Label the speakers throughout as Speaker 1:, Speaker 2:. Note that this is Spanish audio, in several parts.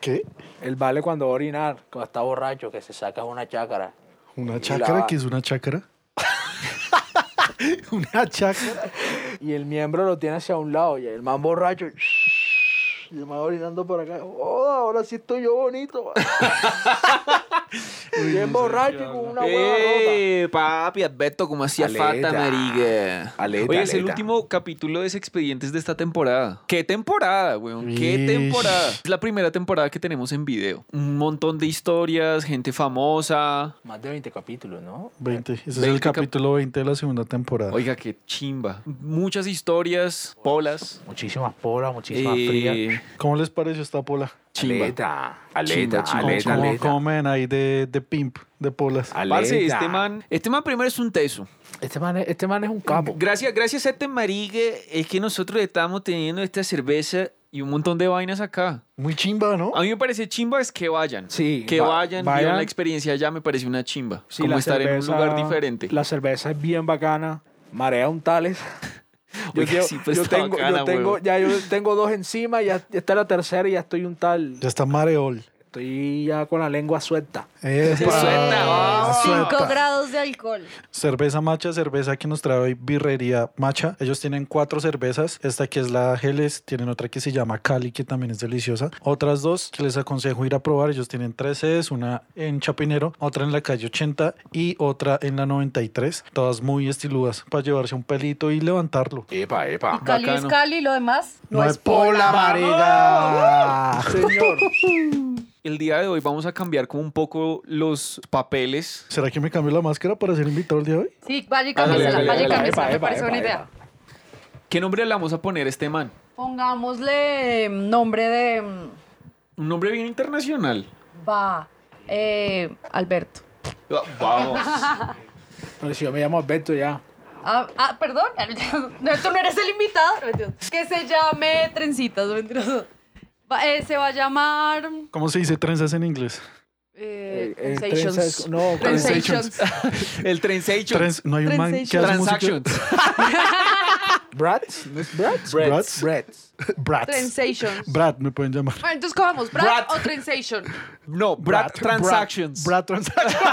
Speaker 1: ¿Qué?
Speaker 2: El vale cuando va a orinar, cuando está borracho, que se saca una chácara.
Speaker 1: ¿Una chácara?
Speaker 2: la-
Speaker 1: ¿Qué es una chácara? ¿Una chácara?
Speaker 2: Y el miembro lo tiene hacia un lado y el man borracho. Y el man orinando por acá. Oh, ahora sí estoy yo bonito. Bien borracho y con una hueva rota.
Speaker 3: ¡Eh, papi! Adverto como hacía
Speaker 2: Aleta.
Speaker 3: falta, marica.
Speaker 2: Aleta,
Speaker 3: Oye, es el
Speaker 2: aleta.
Speaker 3: último capítulo de Expedientes de esta temporada. ¿Qué temporada, weón? ¿Qué
Speaker 1: Ish.
Speaker 3: temporada? Es la primera temporada que tenemos en video. Un montón de historias, gente famosa.
Speaker 2: Más de 20 capítulos, ¿no?
Speaker 1: 20. Ese es
Speaker 3: 20
Speaker 1: el
Speaker 3: cap-
Speaker 1: capítulo 20 de la segunda temporada.
Speaker 3: Oiga, qué chimba. Muchas historias, polas.
Speaker 2: Muchísimas polas, muchísimas
Speaker 3: eh,
Speaker 2: frías.
Speaker 1: ¿Cómo les pareció esta pola?
Speaker 3: Chimba. Chimba, chimba.
Speaker 1: ¿Cómo, cómo- cómo me ven ahí de, de pimp, de polas?
Speaker 3: Parce,
Speaker 2: Aleta.
Speaker 3: este man, este man primero es un teso.
Speaker 2: Este man, es- este man es un capo.
Speaker 3: Gracias, gracias a este marigue es que nosotros estamos teniendo esta cerveza y un montón de vainas acá.
Speaker 1: Muy chimba, ¿no?
Speaker 3: A mí me parece chimba es que vayan.
Speaker 2: Sí,
Speaker 3: Que
Speaker 2: va-
Speaker 3: vayan,
Speaker 2: vayan.
Speaker 3: vivan la experiencia allá, me parece una chimba.
Speaker 2: Sí,
Speaker 3: como
Speaker 2: la
Speaker 3: estar en un
Speaker 2: cerveza-
Speaker 3: lugar diferente.
Speaker 2: La cerveza es bien bacana. Marea untales. Yo,
Speaker 3: Oiga,
Speaker 2: llevo-
Speaker 3: sí, pues,
Speaker 2: yo
Speaker 3: está
Speaker 2: tengo,
Speaker 3: bacana,
Speaker 2: yo tengo,
Speaker 3: huevón.
Speaker 2: ya yo tengo dos encima, ya, ya está la tercera y ya estoy un tal.
Speaker 1: Ya está mareol.
Speaker 2: Estoy ya con la lengua suelta.
Speaker 1: Epa,
Speaker 3: suelta, vamos.
Speaker 1: suelta.
Speaker 4: 5 Ah, grados de alcohol.
Speaker 1: Cerveza macha, cerveza que nos trae hoy birrería macha. Ellos tienen cuatro cervezas. Esta que es la Geles, tienen otra que se llama Cali, que también es deliciosa. Otras dos que les aconsejo ir a probar. Ellos tienen tres sedes, una en Chapinero, otra en la calle 80 y otra en la 93. Todas muy estiludas para llevarse un pelito y levantarlo.
Speaker 5: Epa, epa.
Speaker 4: Y Cali es
Speaker 3: Bacano.
Speaker 4: Cali, lo demás no, es
Speaker 1: pola, marica.
Speaker 2: Señor.
Speaker 3: El día de hoy vamos a cambiar como un poco los papeles.
Speaker 1: ¿Será que me cambio la máscara para ser invitado el día de hoy?
Speaker 4: Sí, vaya y
Speaker 3: Hágale,
Speaker 4: cámbiasela,
Speaker 3: hágale,
Speaker 4: vaya y
Speaker 3: hágale.
Speaker 4: cámbiasela,
Speaker 2: Epa,
Speaker 4: me
Speaker 2: epa,
Speaker 4: parece buena
Speaker 2: epa,
Speaker 4: idea.
Speaker 2: epa.
Speaker 3: ¿Qué nombre le vamos a poner a este man?
Speaker 4: Pongámosle mm, nombre de... mm,
Speaker 3: Un nombre bien internacional.
Speaker 4: Va, eh, Alberto.
Speaker 3: Ah, Vamos.
Speaker 2: Bueno, si yo me llamo Alberto ya.
Speaker 4: Ah, ah, perdón, no, tú no eres el invitado. no, mentira. Que se llame Trencitas, no, mentira. Va- eh, se va a llamar...
Speaker 1: ¿Cómo se dice trenzas en inglés?
Speaker 4: Eh,
Speaker 2: Eh, eh, trenzas-
Speaker 4: Sensations.
Speaker 2: no,
Speaker 4: Sensations.
Speaker 3: El Trensation.
Speaker 1: Trans- no hay un man que hace música.
Speaker 3: Transactions.
Speaker 2: Bratz. Bratz.
Speaker 1: Bratz.
Speaker 2: Bratz.
Speaker 1: Brats.
Speaker 4: Trensations.
Speaker 1: Brad me pueden llamar.
Speaker 4: Bueno, Ah, entonces cojamos Brad,
Speaker 3: Brad.
Speaker 4: o Trensation.
Speaker 3: No, Brad
Speaker 1: Brat-
Speaker 3: Transactions.
Speaker 1: Brad Transactions.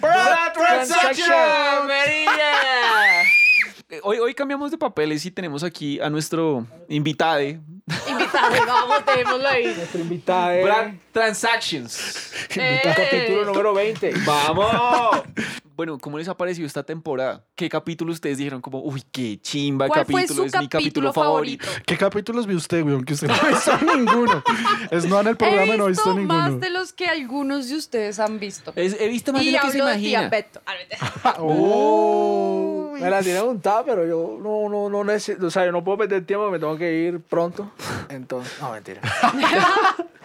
Speaker 3: Brad
Speaker 2: Transaction,
Speaker 3: Eh, Hoy, hoy cambiamos de papeles y tenemos aquí a nuestro invitado.
Speaker 2: Eh.
Speaker 4: Invitado, vamos, tenémoslo ahí.
Speaker 2: Nuestra invitada es.
Speaker 3: Brad Transactions.
Speaker 2: Capítulo
Speaker 4: Eh,
Speaker 2: número 20.
Speaker 3: ¡Vamos! bueno, ¿cómo les ha parecido esta temporada? ¿Qué capítulo ustedes dijeron como, uy, qué chimba
Speaker 4: ¿Cuál
Speaker 3: capítulo?
Speaker 4: fue su
Speaker 3: es mi capítulo
Speaker 4: capítulo
Speaker 3: favorito.
Speaker 4: favorito?
Speaker 1: ¿Qué capítulos vio usted, weón? Que usted no ha visto ninguno. Es no en el
Speaker 4: He
Speaker 1: programa,
Speaker 4: visto
Speaker 1: no ha visto
Speaker 4: más
Speaker 1: ninguno.
Speaker 4: de los que algunos de ustedes han visto.
Speaker 3: Es- he visto más
Speaker 4: y
Speaker 3: de lo que se
Speaker 4: hablo de Ah, ti,
Speaker 3: imagina.
Speaker 4: Alberto.
Speaker 1: Ah,
Speaker 2: Oh. Me la tiene untada, pero yo no, no, no necesito. O sea, yo no puedo perder tiempo, me tengo que ir pronto. Entonces. No, mentira.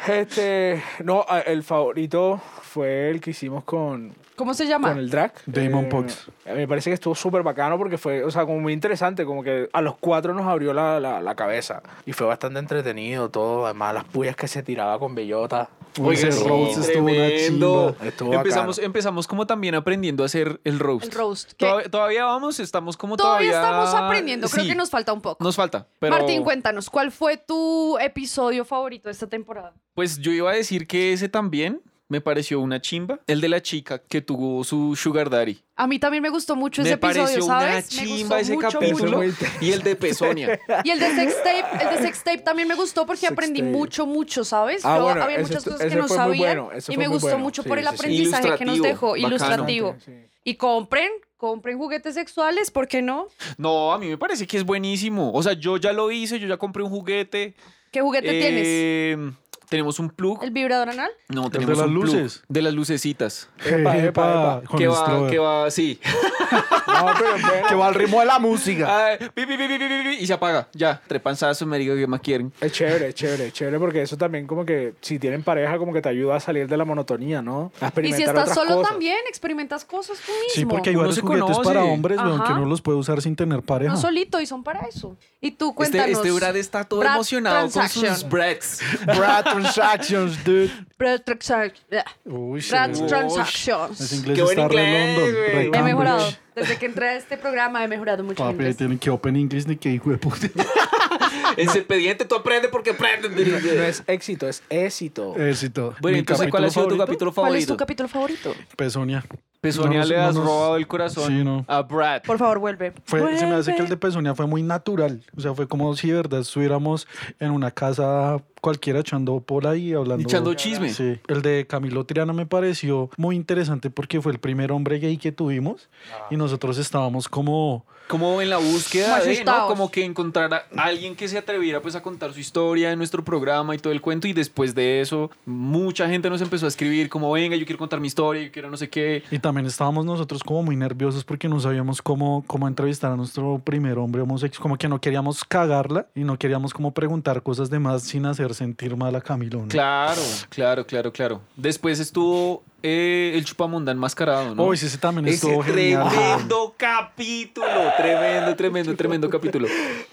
Speaker 2: este. No, a- el favorito fue el que hicimos con,
Speaker 4: ¿Cómo se llama?
Speaker 2: con el drag. Eh,
Speaker 1: Damon Pox.
Speaker 2: Me parece que estuvo súper bacano porque fue, o sea, como muy interesante, como que a los cuatro nos abrió la, la- la cabeza. Y fue bastante entretenido todo, además las pullas que se tiraba con bellota.
Speaker 1: Uy, ese
Speaker 3: sí,
Speaker 1: roast estuvo una
Speaker 3: Pues tremendo.
Speaker 1: chimba.
Speaker 2: Estuvo
Speaker 3: empezamos,
Speaker 2: bacano.
Speaker 3: empezamos como también aprendiendo a hacer el roast.
Speaker 4: El roast, que-
Speaker 3: Todavía, todavía vamos, estamos como
Speaker 4: Todavía
Speaker 3: todavía...
Speaker 4: estamos aprendiendo, creo
Speaker 3: Sí,
Speaker 4: que nos falta un poco.
Speaker 3: Nos falta, pero...
Speaker 4: Martín, cuéntanos, ¿cuál fue tu episodio favorito de esta temporada?
Speaker 3: Pues yo iba a decir que ese también me pareció una chimba. El de la chica que tuvo su sugar daddy.
Speaker 4: A mí también me gustó mucho
Speaker 3: me
Speaker 4: ese episodio,
Speaker 3: pareció
Speaker 4: ¿sabes?
Speaker 3: una
Speaker 4: Me
Speaker 3: chimba
Speaker 4: gustó
Speaker 3: ese
Speaker 4: mucho,
Speaker 3: capítulo.
Speaker 4: mucho.
Speaker 3: Y el de Pesonia.
Speaker 4: Y el de sextape, el de sextape también me gustó porque
Speaker 2: Sex
Speaker 4: aprendí
Speaker 2: tape.
Speaker 4: mucho, mucho, ¿sabes?
Speaker 2: Ah,
Speaker 4: Yo-
Speaker 2: bueno,
Speaker 4: había
Speaker 2: ese
Speaker 4: muchas
Speaker 2: estu-
Speaker 4: cosas que
Speaker 2: ese
Speaker 4: no
Speaker 2: fue muy
Speaker 4: sabía
Speaker 2: bueno, ese
Speaker 4: y
Speaker 2: fue
Speaker 4: me
Speaker 2: muy
Speaker 4: gustó
Speaker 2: bueno.
Speaker 4: mucho
Speaker 2: Sí,
Speaker 4: por el
Speaker 2: sí, sí.
Speaker 4: aprendizaje que nos
Speaker 3: Ilustrativo,
Speaker 4: dejó,
Speaker 3: bacano.
Speaker 4: ilustrativo.
Speaker 2: Sí.
Speaker 4: Y compren, compren juguetes sexuales, ¿por qué no?
Speaker 3: No, a mí me parece que es buenísimo. O sea, yo ya lo hice, yo ya compré un juguete.
Speaker 4: ¿Qué
Speaker 2: Eh,
Speaker 4: juguete tienes?
Speaker 3: tienes? Tenemos un plug.
Speaker 4: ¿El vibrador anal?
Speaker 3: No,
Speaker 1: de
Speaker 3: tenemos
Speaker 1: las
Speaker 3: un plug
Speaker 1: luces?
Speaker 3: de las lucecitas.
Speaker 2: Epa,
Speaker 1: Jeje,
Speaker 2: epa,
Speaker 1: pa,
Speaker 2: epa.
Speaker 1: con
Speaker 3: que
Speaker 1: el
Speaker 3: va,
Speaker 1: strobe.
Speaker 3: que va, sí.
Speaker 2: No, pero bueno.
Speaker 1: Que va al ritmo de la música.
Speaker 3: Ay, Ah, pi, pi, pi, pi, pi, pi, pi, y se apaga. Ya, trepanzazo, me digo que más quieren.
Speaker 2: Es chévere, es chévere, es chévere porque eso también como que si tienen pareja como que te ayuda a salir de la monotonía, ¿no? A
Speaker 4: Y
Speaker 2: experimentar
Speaker 4: si estás
Speaker 2: otras
Speaker 4: solo
Speaker 2: cosas.
Speaker 4: también, experimentas cosas tú mismo.
Speaker 1: Sí, porque hay
Speaker 3: Uno
Speaker 1: varios
Speaker 3: se
Speaker 1: juguetes
Speaker 3: conoce.
Speaker 1: para hombres, weón, que
Speaker 4: Ajá.
Speaker 1: uno los puede usar sin tener pareja.
Speaker 4: No solito, y son para eso. Y tú,
Speaker 3: Este,
Speaker 4: cuéntanos.
Speaker 3: este Brad está todo
Speaker 4: Brad
Speaker 3: emocionado con
Speaker 4: Transaction.
Speaker 3: sus breads.
Speaker 1: Brad Transactions, dude.
Speaker 4: Brad Transac- Brad
Speaker 1: Uy, sí, weón.
Speaker 4: eh, Transactions.
Speaker 1: Ese inglés
Speaker 3: Qué buen
Speaker 1: está re
Speaker 3: inglés,
Speaker 1: London.
Speaker 3: güey.
Speaker 1: re
Speaker 3: He
Speaker 4: He
Speaker 1: Cambridge.
Speaker 4: mejorado. Desde que entré a este programa he mejorado mucho. mi
Speaker 1: Papi, ahí
Speaker 4: inglés.
Speaker 1: tienen que open English ni que hijo de puta.
Speaker 5: Ese expediente tú aprendes porque aprendes.
Speaker 2: No es éxito, es éxito.
Speaker 1: Eh, Éxito.
Speaker 3: Bueno,
Speaker 1: Mi
Speaker 3: entonces, ¿cuál
Speaker 1: capítulo
Speaker 3: ha sido tu
Speaker 1: favorito,
Speaker 3: capítulo favorito?
Speaker 4: ¿Cuál es tu capítulo favorito?
Speaker 1: Pezuña.
Speaker 3: Pezonia
Speaker 1: No,
Speaker 3: le
Speaker 1: no
Speaker 3: has
Speaker 1: nos-
Speaker 3: robado el corazón
Speaker 1: Sí, no.
Speaker 3: a Brad.
Speaker 4: Por favor, vuelve.
Speaker 1: Fue, se me hace que el de
Speaker 4: Vuelve.
Speaker 1: Pezuña fue muy natural. O sea, fue como si de verdad estuviéramos en una casa cualquiera echando por ahí, hablando.
Speaker 3: Echando chisme.
Speaker 1: Sí. El de Camilo Triana me pareció muy interesante porque fue el primer hombre gay que tuvimos y nosotros estábamos como.
Speaker 3: Como en la búsqueda
Speaker 4: Más
Speaker 3: de, ¿no?
Speaker 4: asustados.
Speaker 3: Como que encontrar a alguien que se atreviera pues a contar su historia en nuestro programa y todo el cuento. Y después de eso, mucha gente nos empezó a escribir como, venga, yo quiero contar mi historia, yo quiero no sé qué.
Speaker 1: Y también estábamos nosotros como muy nerviosos porque no sabíamos cómo, cómo entrevistar a nuestro primer hombre homosexual. Como que no queríamos cagarla y no queríamos como preguntar cosas de más sin hacer sentir mal a Camilo. ¿no?
Speaker 3: Claro, claro, claro, claro. Después estuvo eh, el chupamondán mascarado, ¿no?
Speaker 1: Uy, sí, sí, Oh, también
Speaker 3: Ese
Speaker 1: estuvo genial.
Speaker 3: tremendo capítulo, tremendo, tremendo, tremendo capítulo.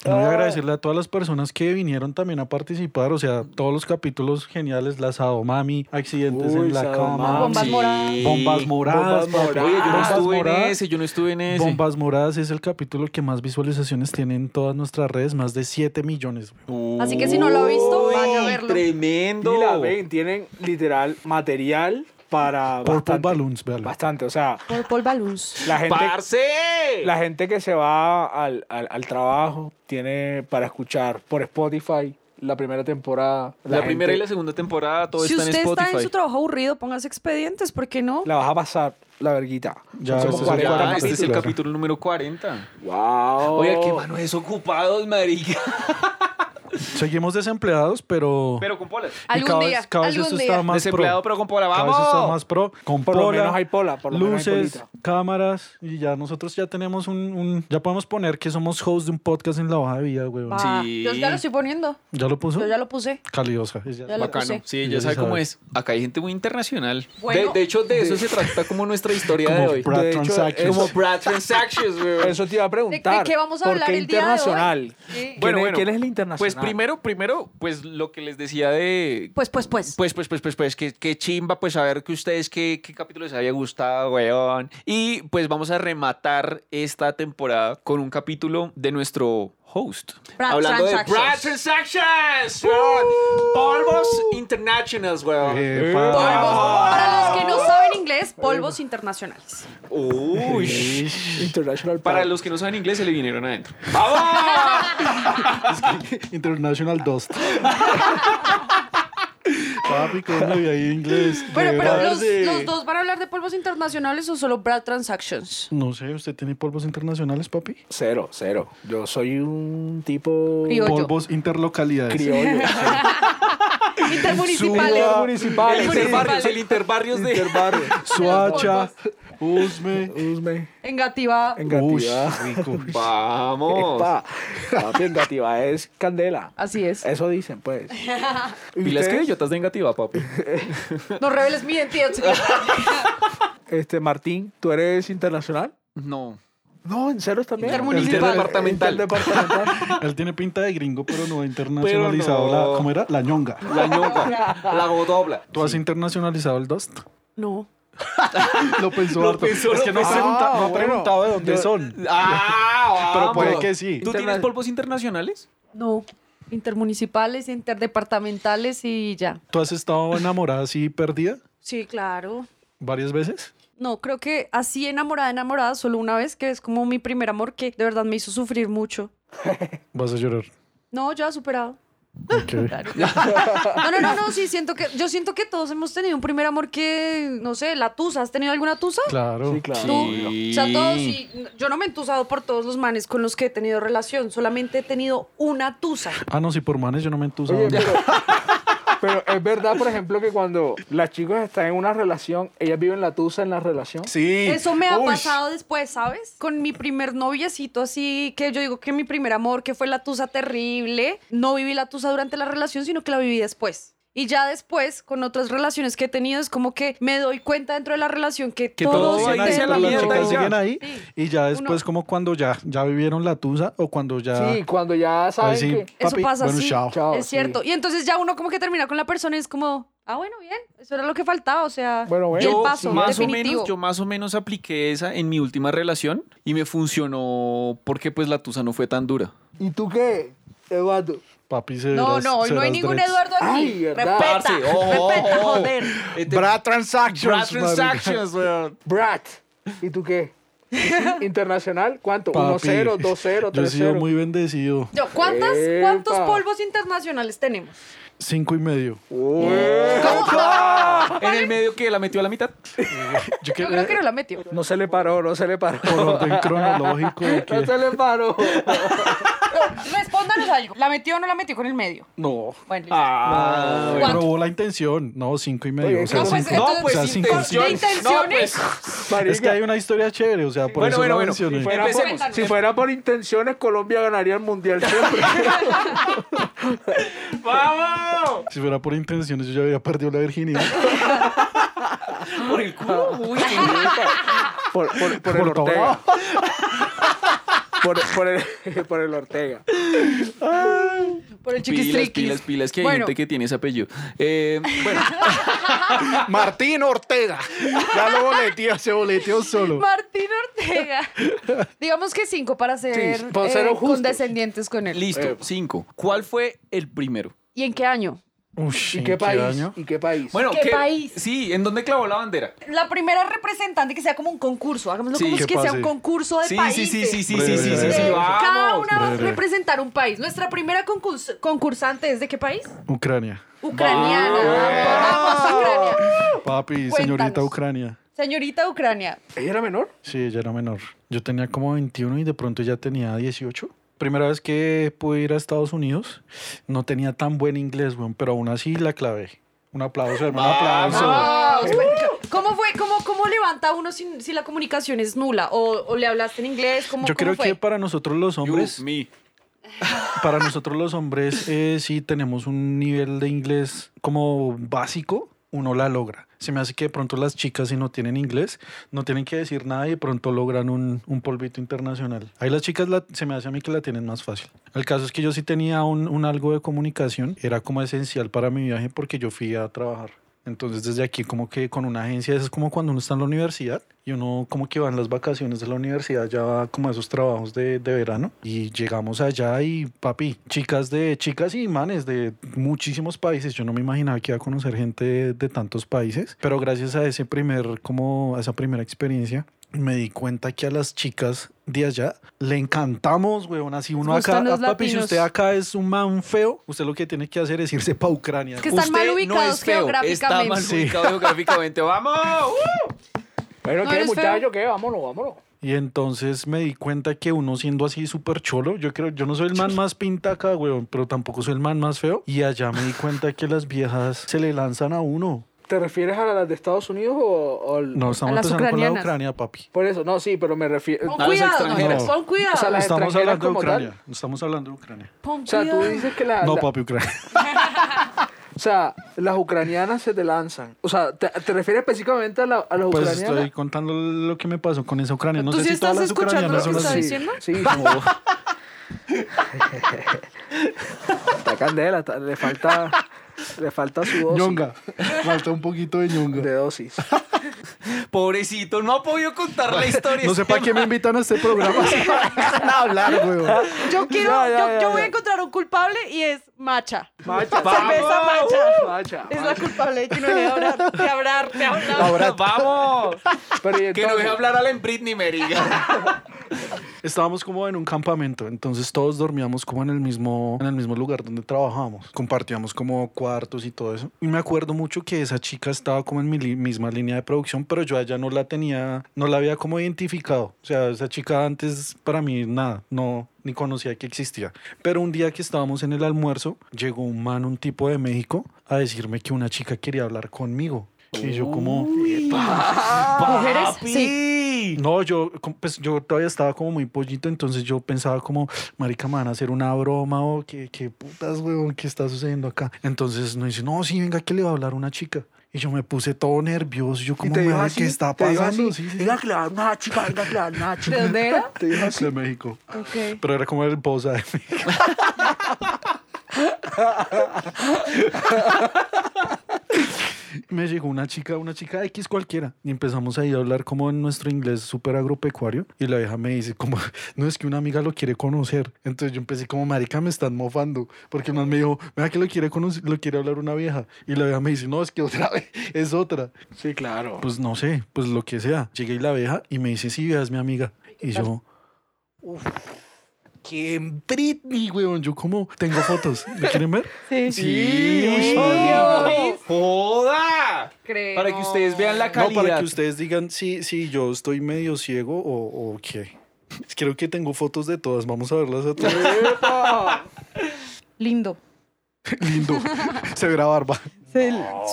Speaker 1: No,
Speaker 3: Ah.
Speaker 1: y agradecerle a todas las personas que vinieron también a participar, o sea, todos los capítulos geniales, la Sadomami, accidentes
Speaker 2: Uy,
Speaker 1: en la
Speaker 2: Sadomami.
Speaker 1: cama,
Speaker 4: Bombas moradas.
Speaker 1: bombas moradas, papi.
Speaker 2: Bombas moradas.
Speaker 3: Oye, yo no
Speaker 1: Bombas
Speaker 3: estuve en
Speaker 1: moradas.
Speaker 3: ese, yo no estuve en ese.
Speaker 1: Bombas moradas es el capítulo que más visualizaciones tiene en todas nuestras redes, más de 7 millones. güey.
Speaker 4: Así que si no lo ha visto,
Speaker 3: Uy,
Speaker 4: vaya a verlo.
Speaker 3: Tremendo.
Speaker 2: Y la ven, tienen literal material para
Speaker 1: Purple
Speaker 2: bastante,
Speaker 1: Balloons, véalo.
Speaker 2: bastante, o sea,
Speaker 4: Por Paul Baluz.
Speaker 2: la gente
Speaker 3: ¡Parce!
Speaker 2: la gente que se va al, al- al trabajo tiene para escuchar por Spotify la primera temporada.
Speaker 3: La,
Speaker 2: gente
Speaker 3: primera y la segunda temporada, todo
Speaker 4: Si
Speaker 3: está en
Speaker 4: usted
Speaker 3: Spotify.
Speaker 4: está en su trabajo aburrido, póngase expedientes, ¿por qué no?
Speaker 2: la vas a pasar la verguita.
Speaker 1: Ya, este
Speaker 2: Son como
Speaker 1: es el
Speaker 3: Ya,
Speaker 2: 40
Speaker 3: este es el
Speaker 1: capítulo.
Speaker 3: capítulo número 40.
Speaker 2: Wow.
Speaker 3: Oye, qué mano desocupados, marica.
Speaker 1: Seguimos desempleados, pero,
Speaker 3: Pero con polas.
Speaker 1: y
Speaker 6: Algún
Speaker 1: cada vez-
Speaker 6: día,
Speaker 1: cada vez
Speaker 6: algún
Speaker 1: esto
Speaker 6: día.
Speaker 1: está más pro.
Speaker 3: Desempleado, pero con pola.
Speaker 1: Cada
Speaker 3: ¡Vamos!
Speaker 1: vez está más pro, con
Speaker 2: Por lo
Speaker 1: pola,
Speaker 2: menos hay pola, por lo menos hay
Speaker 1: luces,
Speaker 2: polita.
Speaker 1: cámaras y ya nosotros ya tenemos un, un- ya podemos poner que somos host de un podcast en la baja de vida, güey.
Speaker 4: Ah,
Speaker 3: Sí.
Speaker 4: Yo ya lo estoy poniendo.
Speaker 1: ¿Ya lo puso?
Speaker 4: Yo ya lo puse.
Speaker 1: Calidosa. es ya-
Speaker 4: Ya lo
Speaker 3: Bacano.
Speaker 4: puse.
Speaker 3: Sí,
Speaker 1: Ya
Speaker 3: ya
Speaker 1: se
Speaker 3: sabe cómo
Speaker 1: sabe.
Speaker 3: es. Acá hay gente muy internacional.
Speaker 6: Bueno.
Speaker 3: de, de hecho, de eso se trata como nuestra historia
Speaker 1: Como
Speaker 3: de hoy.
Speaker 1: Brad
Speaker 2: De hecho,
Speaker 1: Transactions.
Speaker 2: es-
Speaker 3: Como Brad Transactions, weón.
Speaker 2: Eso te iba a
Speaker 6: ¿De, de
Speaker 2: preguntar.
Speaker 6: qué vamos a
Speaker 2: ¿Por
Speaker 6: hablar
Speaker 2: qué
Speaker 6: el día de hoy?
Speaker 2: internacional?
Speaker 6: Sí.
Speaker 2: Bueno,
Speaker 3: Bueno,
Speaker 2: ¿Quién, es,
Speaker 3: bueno.
Speaker 2: quién es el internacional?
Speaker 3: Pues primero, primero, pues lo que les decía de
Speaker 4: Pues, pues, pues.
Speaker 3: Pues, pues, pues, pues, pues, qué, qué chimba, pues a ver que ustedes qué, qué capítulo les había gustado, weón. Y pues vamos a rematar esta temporada con un capítulo de nuestro host.
Speaker 4: Brad
Speaker 3: Hablando de ¡Uh!
Speaker 4: Transactions.
Speaker 3: Brad Transactions, weón. Polvos Internationals, weón.
Speaker 1: Epa.
Speaker 4: Polvos.
Speaker 3: Ah.
Speaker 4: Para los que no saben inglés, polvos internacionales.
Speaker 3: Uy.
Speaker 2: International
Speaker 3: Para
Speaker 2: Park.
Speaker 3: los que no saben inglés, se le vinieron adentro. ¡Vamos!
Speaker 1: International Dust. Papi, ¿cómo me vi ahí en inglés?
Speaker 4: Bueno,
Speaker 1: De
Speaker 4: pero
Speaker 1: verdad.
Speaker 4: los, los dos van a hablar de polvos internacionales o solo Brad Transactions.
Speaker 1: No sé, ¿usted tiene polvos internacionales, papi?
Speaker 2: Cero, cero. Yo soy un tipo...
Speaker 4: Criollo. Polvo.
Speaker 1: Polvos interlocalidades.
Speaker 2: Criollo.
Speaker 4: Intermunicipales.
Speaker 2: Ciudad
Speaker 3: El
Speaker 2: municipal.
Speaker 3: interbarrios, el interbarrios de...
Speaker 2: Interbarrio.
Speaker 1: Suacha, Usme.
Speaker 2: Usme.
Speaker 6: Engativa.
Speaker 1: Uy,
Speaker 2: Engativá.
Speaker 1: rico.
Speaker 3: ¡Vamos!
Speaker 2: Epa. Papi, Engativá es candela.
Speaker 6: Así es.
Speaker 2: Eso dicen, pues.
Speaker 3: Y las
Speaker 2: Ustedes,
Speaker 3: criollotas de Engativá, papi.
Speaker 6: No reveles mi identidad. secreta.
Speaker 2: Este, Martín, ¿tú eres internacional?
Speaker 3: No.
Speaker 2: No, en ceros también.
Speaker 4: Intermunicipal.
Speaker 3: Interdepartamental.
Speaker 2: Interdepartamental.
Speaker 1: Él tiene pinta de gringo, pero no internacionalizado.
Speaker 3: Pero no.
Speaker 1: La, ¿Cómo era? La ñonga.
Speaker 3: La ñoca, la godobla.
Speaker 1: ¿Tú has internacionalizado el Dust?
Speaker 4: No.
Speaker 1: Lo pensó
Speaker 3: Lo
Speaker 1: harto.
Speaker 3: pensó,
Speaker 1: es que no
Speaker 3: lo
Speaker 1: ha
Speaker 3: pensó.
Speaker 1: preguntado, no ha
Speaker 2: Ah,
Speaker 1: preguntado de dónde
Speaker 2: yo-
Speaker 1: son.
Speaker 3: Ah,
Speaker 1: Pero
Speaker 3: vamos.
Speaker 1: puede que sí.
Speaker 3: ¿Tú tienes polvos internacionales?
Speaker 6: No. Intermunicipales, interdepartamentales y ya.
Speaker 1: ¿Tú has estado enamorada así perdida
Speaker 4: Sí, claro.
Speaker 1: varias veces?
Speaker 4: No, creo que así enamorada, enamorada, solo una vez, que es como mi primer amor que de verdad me hizo sufrir mucho.
Speaker 1: Vas a llorar.
Speaker 4: No, ya superado.
Speaker 1: Ok.
Speaker 4: No, no, no, no, sí, siento que, yo siento que todos hemos tenido un primer amor que, no sé, la tusa. ¿Has tenido alguna tusa?
Speaker 1: Claro.
Speaker 2: Sí, claro.
Speaker 4: Tú, o sea, todos, sí, yo no me he entusado por todos los manes con los que he tenido relación, solamente he tenido una tusa.
Speaker 1: Ah, no, si por manes yo no me entusiasmo.
Speaker 2: Oye, pero, pero es verdad, por ejemplo, que cuando las chicas están en una relación, ellas viven la tusa en la relación.
Speaker 1: Sí.
Speaker 4: Eso me ha
Speaker 1: Uy.
Speaker 4: pasado después, ¿sabes? Con mi primer noviecito, así que yo digo que mi primer amor, que fue la tusa terrible, no viví la tusa durante la relación, sino que la viví después. Y ya después, con otras relaciones que he tenido, es como que me doy cuenta dentro de la relación que,
Speaker 3: Que
Speaker 4: todo
Speaker 3: todo
Speaker 4: se
Speaker 1: Siguen ahí,
Speaker 3: hacia la
Speaker 1: pero las
Speaker 4: terminó.
Speaker 3: mierda y
Speaker 1: chicas
Speaker 3: ya.
Speaker 1: siguen ahí
Speaker 4: Sí.
Speaker 1: y ya después
Speaker 4: Uno-
Speaker 1: como cuando ya ya vivieron la tusa o cuando ya
Speaker 2: Sí, cuando ya saben
Speaker 1: ahí sí,
Speaker 2: que...
Speaker 4: Eso
Speaker 1: papi,
Speaker 4: pasa
Speaker 1: bueno,
Speaker 4: así.
Speaker 1: chao.
Speaker 2: Chao,
Speaker 4: es
Speaker 2: sí.
Speaker 4: cierto. Y entonces ya uno como que termina con la persona y es como, ah, bueno, bien, eso era lo que faltaba, o sea,
Speaker 2: Bueno, bueno.
Speaker 4: y el
Speaker 2: Yo,
Speaker 4: paso
Speaker 2: sí,
Speaker 3: más o
Speaker 4: definitivo.
Speaker 3: menos, yo más o menos apliqué esa en mi última relación y me funcionó porque pues la tusa no fue tan dura.
Speaker 2: ¿Y tú qué, Eduardo?
Speaker 1: papi se
Speaker 4: No,
Speaker 1: verás-
Speaker 4: no, hoy
Speaker 1: se
Speaker 4: no hay
Speaker 1: verás
Speaker 4: ningún
Speaker 1: dreads.
Speaker 4: Eduardo aquí.
Speaker 2: Ay, verdad. oh,
Speaker 4: respeta,
Speaker 3: Parce, ojo,
Speaker 4: respeta,
Speaker 3: ojo.
Speaker 4: joder.
Speaker 3: Este-
Speaker 2: Brad
Speaker 3: Brad
Speaker 2: Transactions. marica.
Speaker 3: Transactions, weón.
Speaker 2: Brat. ¿Y tú qué? ¿Internacional? ¿Cuánto?
Speaker 1: Papi,
Speaker 2: 1-0, 2-0,
Speaker 1: Yo he sido
Speaker 2: 3-0.
Speaker 1: muy bendecido.
Speaker 4: Yo, ¿cuántas, ¿Cuántos
Speaker 2: Epa.
Speaker 4: polvos internacionales tenemos?
Speaker 1: Cinco y medio.
Speaker 3: En el medio que la metió a la mitad.
Speaker 1: Yo
Speaker 6: Yo
Speaker 1: que-
Speaker 6: creo que no la metió.
Speaker 2: No se le paró, no se le paró.
Speaker 1: Por orden cronológico. de que-
Speaker 2: No se le paró.
Speaker 4: No, respóndanos algo. ¿La metió o no la metió con el medio?
Speaker 2: No.
Speaker 4: Bueno, listo.
Speaker 3: Ah,
Speaker 1: Pero hubo la intención. No, cinco y medio.
Speaker 2: Oye,
Speaker 1: o sea,
Speaker 2: no, pues,
Speaker 1: cinco.
Speaker 4: entonces-
Speaker 1: O sea, cinco,
Speaker 4: intención.
Speaker 1: cinco.
Speaker 4: intenciones.
Speaker 1: Es que hay una historia chévere, o sea, por
Speaker 3: Bueno,
Speaker 1: eso
Speaker 3: bueno,
Speaker 1: la
Speaker 3: bueno.
Speaker 1: mencioné.
Speaker 2: Fuera por-
Speaker 3: Empecemos.
Speaker 2: si fuera por intenciones, Colombia ganaría el mundial siempre.
Speaker 3: ¡Vamos!
Speaker 1: Si fuera por intenciones, yo ya habría perdido la virginidad.
Speaker 3: Por el culo. Uy,
Speaker 2: por, por- por el
Speaker 1: Por todo.
Speaker 2: Ortega. Por, por el, por el Ortega.
Speaker 4: por el
Speaker 3: pues, pilas,
Speaker 4: chiquistriquis.
Speaker 3: pilas, pilas, que hay
Speaker 4: Bueno.
Speaker 3: gente que tiene ese apellido. Eh, bueno,
Speaker 2: Martín Ortega.
Speaker 1: Ya lo boleteó, se boleteó solo.
Speaker 4: Martín Ortega. Digamos que cinco para ser,
Speaker 2: Sí, para ser
Speaker 4: eh,
Speaker 2: justos.
Speaker 4: condescendientes con él.
Speaker 3: listo,
Speaker 2: Eh.
Speaker 3: cinco. ¿Cuál fue el primero?
Speaker 4: ¿Y en qué año?
Speaker 1: Ush,
Speaker 2: ¿Y
Speaker 1: ¿en
Speaker 2: qué país?
Speaker 1: año?
Speaker 2: ¿Y qué país?
Speaker 3: Bueno,
Speaker 4: ¿Qué país?
Speaker 3: Sí, ¿en dónde clavó la bandera?
Speaker 4: La primera representante que sea como un concurso. Hagámoslo
Speaker 3: Sí,
Speaker 4: como
Speaker 1: que
Speaker 4: que sea
Speaker 1: pase.
Speaker 4: un concurso de
Speaker 3: Sí, sí,
Speaker 4: países.
Speaker 3: sí, sí, sí, sí,
Speaker 1: Breve,
Speaker 3: sí, sí,
Speaker 1: breve.
Speaker 3: sí,
Speaker 4: Eh, cada
Speaker 3: vamos.
Speaker 4: una va a
Speaker 1: Breve.
Speaker 4: representar un país. Nuestra primera concurs- concursante es de qué país?
Speaker 1: Ucrania.
Speaker 4: Ucraniana. Vamos, Ucrania.
Speaker 1: Papi,
Speaker 4: Cuéntanos.
Speaker 1: señorita Ucrania.
Speaker 4: Señorita Ucrania.
Speaker 2: ¿Ella era menor?
Speaker 1: Sí, ella era menor. Yo tenía como 21 y de pronto ya tenía 18. Primera vez que pude ir a Estados Unidos, no tenía tan buen inglés, weón, pero aún así la clavé. Un aplauso, hermano, un
Speaker 4: Ah,
Speaker 1: aplauso.
Speaker 4: pues, ¿Cómo fue? ¿Cómo, cómo levanta uno si, si la comunicación es nula? ¿O, o le hablaste en inglés? ¿Cómo,
Speaker 1: Yo
Speaker 4: cómo
Speaker 1: creo
Speaker 4: fue?
Speaker 1: que para nosotros los hombres,
Speaker 3: You, me.
Speaker 1: para nosotros los hombres, eh, sí tenemos un nivel de inglés como básico, uno la logra. Se me hace que de pronto las chicas si no tienen inglés, no tienen que decir nada y de pronto logran un, un polvito internacional. Ahí las chicas la- se me hace a mí que la tienen más fácil. El caso es que yo sí tenía un, un algo de comunicación, era como esencial para mi viaje porque yo fui a trabajar. Entonces desde aquí como que con una agencia, eso es como cuando uno está en la universidad y uno como que va en las vacaciones de la universidad, ya va como a esos trabajos de, de verano y llegamos allá y papi, chicas de chicas y manes de muchísimos países, yo no me imaginaba que iba a conocer gente de, de tantos países, pero gracias a ese primer, como a esa primera experiencia, me di cuenta que a las chicas de allá le encantamos, weón, así uno acá,
Speaker 4: gustan los
Speaker 1: ah, papi, si
Speaker 4: latinos.
Speaker 1: usted acá es un man feo, usted lo que tiene que hacer es irse para Ucrania.
Speaker 4: que están mal
Speaker 3: Usted
Speaker 4: ubicados
Speaker 3: no es feo, Está mal
Speaker 4: geográficamente.
Speaker 1: Sí.
Speaker 3: ubicado geográficamente. ¡Vamos! ¡Uh!
Speaker 2: Bueno,
Speaker 4: No,
Speaker 2: ¿qué
Speaker 4: eres feo.
Speaker 2: muchacho? ¿Qué? Vámonos, vámonos.
Speaker 1: Y entonces me di cuenta que uno siendo así súper cholo, yo creo, yo no soy el man más pinta acá, weón, pero tampoco soy el man más feo. Y allá me di cuenta que las viejas se le lanzan a uno.
Speaker 2: ¿Te refieres a las de Estados Unidos o, o al-
Speaker 1: No, estamos
Speaker 4: A las
Speaker 1: empezando con la de
Speaker 4: ucranianas.
Speaker 1: Ucrania, papi.
Speaker 2: Por eso, no, sí, pero me refiero.
Speaker 4: Pon
Speaker 3: A las
Speaker 4: cuidado,
Speaker 3: extranjeras.
Speaker 4: no, pon cuidado.
Speaker 2: O sea, las
Speaker 1: Estamos
Speaker 2: extranjeras
Speaker 1: hablando de
Speaker 2: como tal.
Speaker 1: Ucrania. Estamos hablando de Ucrania.
Speaker 4: pon
Speaker 2: O sea, tú
Speaker 4: cuidado.
Speaker 2: dices que
Speaker 4: Ah,
Speaker 2: la-
Speaker 1: No,
Speaker 2: la-
Speaker 1: papi, Ucrania.
Speaker 2: o sea, las ucranianas se te lanzan. O sea, ¿te, te refieres específicamente a, la- a las
Speaker 1: Pues
Speaker 2: ucranianas?
Speaker 1: estoy contando lo que me pasó con esa Ucrania. No
Speaker 4: ¿Tú
Speaker 1: sé
Speaker 4: sí
Speaker 1: si todas
Speaker 4: estás
Speaker 1: las
Speaker 4: escuchando
Speaker 1: ucranianas
Speaker 4: lo
Speaker 1: son
Speaker 4: que
Speaker 1: así.
Speaker 4: estás diciendo?
Speaker 2: Sí, La candela, está- le falta, le falta su dosis.
Speaker 1: Ñonga. Falta un poquito de
Speaker 2: De
Speaker 1: ñonga.
Speaker 2: dosis.
Speaker 3: Pobrecito, no ha podido contar la historia.
Speaker 1: No sé para qué me invitan a este programa. si van a hablar, weón.
Speaker 4: Yo quiero,
Speaker 2: Ya, ya,
Speaker 4: yo,
Speaker 2: ya,
Speaker 4: yo voy a
Speaker 2: ya.
Speaker 4: encontrar un culpable y es Macha.
Speaker 2: Macha,
Speaker 4: Cerveza Macha.
Speaker 2: Macha,
Speaker 4: Es la
Speaker 2: macha.
Speaker 4: culpable de que no deje hablar, de hablar, de hablar.
Speaker 3: Ahora, ¡Vamos!
Speaker 2: Pero y
Speaker 3: Que no
Speaker 2: entonces,
Speaker 3: deje hablar a la Britney, Meriga.
Speaker 1: Estábamos como en un campamento, entonces todos dormíamos como en el mismo, en el mismo lugar donde trabajábamos. Compartíamos como cuartos y todo eso. Y me acuerdo mucho que esa chica estaba como en mi li- misma línea de producción, pero yo a ella no la tenía, no la había como identificado. O sea, esa chica antes para mí nada, no ni conocía que existía. Pero un día que estábamos en el almuerzo, llegó un man, un tipo de México, a decirme que una chica quería hablar conmigo. Y yo como...
Speaker 4: ¿Mujeres?
Speaker 3: Sí.
Speaker 1: No, yo, com- pues, yo todavía estaba como muy pollito, entonces yo pensaba como, marica, me van a hacer una broma o qué, qué putas, weón, qué está sucediendo acá. Entonces nos dice, no, sí, venga, que le va a hablar una chica. Y yo me puse todo nervioso, yo
Speaker 2: y
Speaker 1: como,
Speaker 2: te dijo
Speaker 1: madre,
Speaker 2: así,
Speaker 1: ¿qué está
Speaker 2: te dijo "Ah,
Speaker 1: pasando?
Speaker 2: así,
Speaker 1: Sí, sí,
Speaker 2: Venga, claro, una chica, venga, claro, una chica.
Speaker 4: ¿De dónde era?
Speaker 2: Te dijo
Speaker 1: sí, de México.
Speaker 4: Ok.
Speaker 1: Pero era como el posa de México. me llegó una chica, una chica X cualquiera, y empezamos ahí a hablar como en nuestro inglés súper agropecuario, y la vieja me dice como, no, es que una amiga lo quiere conocer. Entonces yo empecé como, marica, me están mofando, porque más me dijo, mira que lo quiere conocer, lo quiere hablar una vieja, y la vieja me dice, no, es que otra vez, es otra.
Speaker 2: Sí, claro.
Speaker 1: Pues no sé, pues lo que sea. Llegué y la vieja, y me dice, sí, vieja, es mi amiga. Y yo... ¿Quién? Britney, weón. Yo como tengo fotos. ¿Me quieren ver?
Speaker 4: Sí.
Speaker 1: Sí. uy,
Speaker 6: Obvio.
Speaker 3: ¡Joda!
Speaker 6: Creo.
Speaker 3: Para que ustedes vean la
Speaker 1: No,
Speaker 3: calidad.
Speaker 1: para que ustedes digan si, si yo estoy medio ciego o, o qué. Creo que tengo fotos de todas. Vamos a verlas a todas.
Speaker 2: ¡Epa!
Speaker 4: Lindo.
Speaker 1: Lindo. Se verá barba.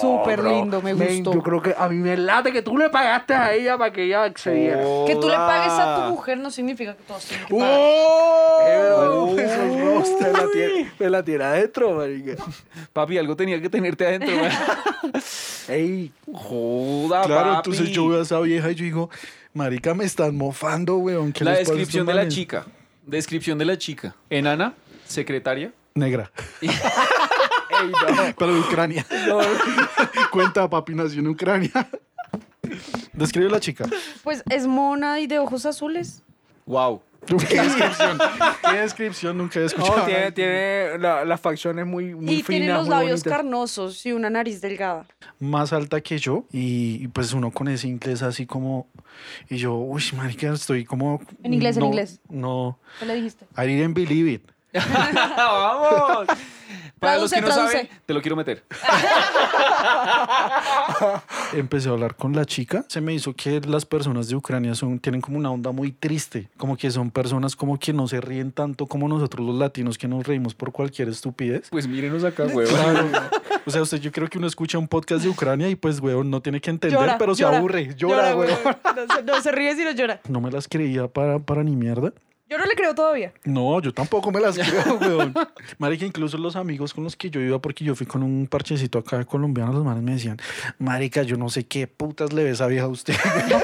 Speaker 4: Súper lindo, me
Speaker 2: Men,
Speaker 4: gustó.
Speaker 2: Yo creo que a mí me late que tú le pagaste a ella para que ella accediera.
Speaker 1: Oh.
Speaker 4: Que tú le
Speaker 3: Joda.
Speaker 4: pagues a tu mujer no significa que todos tienen que pagar.
Speaker 2: ¡Oh!
Speaker 3: Oh.
Speaker 2: Esos roast me la tiene, me la tiene adentro, marica.
Speaker 3: Papi, algo tenía que tenerte adentro. güey.
Speaker 2: Ey,
Speaker 3: Joda,
Speaker 1: Claro,
Speaker 3: Ah, papi.
Speaker 1: entonces yo veo a esa vieja y yo digo, marica, me están mofando, weón. ¿Qué
Speaker 3: La
Speaker 1: les pasa a estos
Speaker 3: descripción de la
Speaker 1: manes?"
Speaker 3: chica. Descripción de la chica. Enana, secretaria.
Speaker 1: Negra.
Speaker 2: ey, no.
Speaker 1: Pero de Ucrania. Cuenta, papi, nació en Ucrania. Describe la chica.
Speaker 4: Pues es mona y de ojos azules.
Speaker 3: Wow.
Speaker 1: ¿Qué descripción? ¿Qué descripción? Nunca he escuchado.
Speaker 2: No, tiene, tiene la- las facciones muy, muy
Speaker 4: y
Speaker 2: finas.
Speaker 4: tiene los
Speaker 2: muy
Speaker 4: labios
Speaker 2: bonitas.
Speaker 4: carnosos y una nariz delgada.
Speaker 1: más alta que yo y, y, pues uno con ese inglés así como y yo, uy, marica, estoy como
Speaker 4: En inglés, en
Speaker 1: no,
Speaker 4: inglés.
Speaker 1: No,
Speaker 4: ¿Qué le dijiste?
Speaker 1: I didn't believe it.
Speaker 3: ¡Vamos! Para los
Speaker 4: Traduce,
Speaker 3: que no
Speaker 4: traduce.
Speaker 3: saben, te lo quiero meter.
Speaker 1: Empecé a hablar con la chica, se me hizo que las personas de Ucrania son tienen como una onda muy triste, como que son personas como que no se ríen tanto como nosotros los latinos que nos reímos por cualquier estupidez.
Speaker 3: Pues mírenos acá, huevón.
Speaker 1: Claro. O sea, usted, yo creo que uno escucha un podcast de Ucrania y pues, weón, no tiene que entender,
Speaker 4: Llora,
Speaker 1: pero se
Speaker 4: llora,
Speaker 1: aburre, llora, weón.
Speaker 4: güey. No se, no se ríe sino llora.
Speaker 1: No me las creía para, para ni mierda.
Speaker 4: Yo no le creo todavía.
Speaker 1: No, yo tampoco me las creo, weón. Marica, incluso los amigos con los que yo iba, porque yo fui con un parchecito acá colombiano, los manes me decían, Marica, yo no sé qué putas le ves a vieja a usted.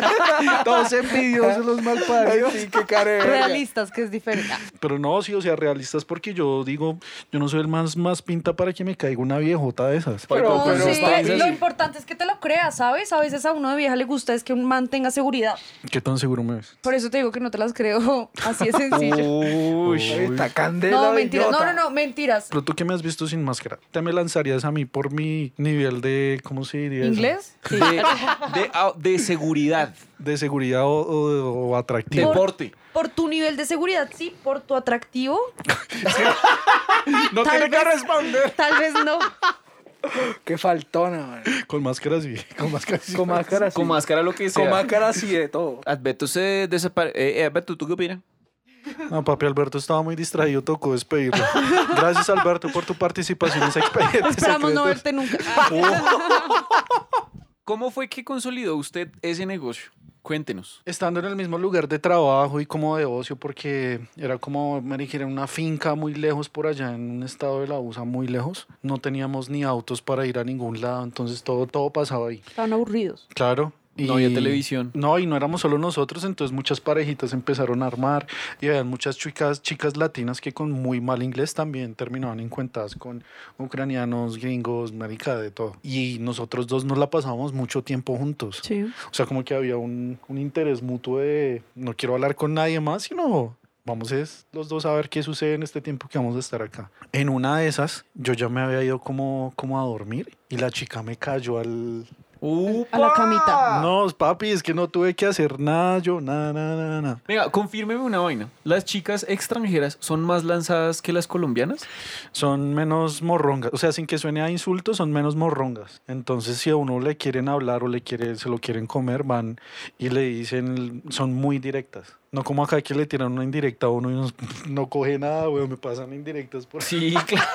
Speaker 1: Todos envidiosos los
Speaker 2: Ay,
Speaker 1: malparidos.
Speaker 2: sí, qué cara de verga.
Speaker 4: Realistas, que es diferente. Ah,
Speaker 1: Pero no, sí, o sea, realistas, porque yo digo, yo no soy el más, más pinta para que me caiga una viejota de esas.
Speaker 2: Pero-
Speaker 4: no,
Speaker 2: pero
Speaker 4: sí,
Speaker 2: está
Speaker 4: lo
Speaker 2: bien.
Speaker 4: importante es que te lo creas, ¿sabes? A veces a uno de vieja le gusta es que un man tenga seguridad.
Speaker 1: ¿Qué tan seguro me ves?
Speaker 4: Por eso te digo que no te las creo. Así es
Speaker 3: Uh.
Speaker 4: sencillo.
Speaker 3: Uy.
Speaker 2: Esta candela
Speaker 4: no, mentiras. No,
Speaker 2: bellota.
Speaker 4: no, no, mentiras.
Speaker 1: Pero tú que me has visto sin máscara, ¿te me lanzarías a mí por mi nivel de, ¿cómo se diría? eso?
Speaker 4: ¿Inglés?
Speaker 3: De, de- ah, de seguridad.
Speaker 1: De seguridad o, o- o atractivo.
Speaker 3: Deporte.
Speaker 4: Por tu nivel de seguridad, sí. Por tu atractivo,
Speaker 1: No
Speaker 4: Tal
Speaker 1: tiene que
Speaker 4: vez-
Speaker 1: responder.
Speaker 4: tal vez no.
Speaker 2: Qué faltona, man.
Speaker 1: Con máscaras sí, con máscaras sí.
Speaker 2: Con máscara así.
Speaker 3: Con máscara lo que sea.
Speaker 2: Con máscara así de todo.
Speaker 3: Adbeto se desaparece. Adbeto, ¿tú qué opinas?
Speaker 1: No, papi Alberto estaba muy distraído, tocó despedirlo. Gracias, Alberto, por tu participación en ese expediente.
Speaker 4: Esperamos no
Speaker 1: secreto.
Speaker 4: verte nunca. Ah,
Speaker 3: ¿Cómo fue que consolidó usted ese negocio? Cuéntenos.
Speaker 1: Estando en el mismo lugar de trabajo y como de ocio, porque era como, me dijeron, una finca muy lejos por allá, en un estado de la USA muy lejos. No teníamos ni autos para ir a ningún lado, entonces todo, todo pasaba ahí.
Speaker 4: Estaban aburridos.
Speaker 1: Claro.
Speaker 3: No había televisión.
Speaker 1: No, y no éramos solo nosotros, entonces muchas parejitas empezaron a armar y había muchas chicas, chicas latinas que con muy mal inglés también terminaban encuentadas con ucranianos, gringos, marica, de todo. Y nosotros dos nos la pasábamos mucho tiempo juntos.
Speaker 4: Sí.
Speaker 1: O sea, como que había un, un interés mutuo de no quiero hablar con nadie más, sino vamos es los dos a ver qué sucede en este tiempo que vamos a estar acá. En una de esas, yo ya me había ido como, como a dormir y la chica me cayó al,
Speaker 4: A la camita.
Speaker 1: no, papi, es que no tuve que hacer nada, yo, nada, nada, nada, nada.
Speaker 3: Venga, confírmeme una vaina. ¿Las chicas extranjeras son más lanzadas que las colombianas?
Speaker 1: Son menos morrongas, o sea, sin que suene a insultos, son menos morrongas. Entonces, si a uno le quieren hablar o le quiere, se lo quieren comer, van y le dicen, son muy directas. No como acá que le tiran una indirecta a uno y uno no coge nada, weón, me pasan indirectas por
Speaker 3: Sí, claro.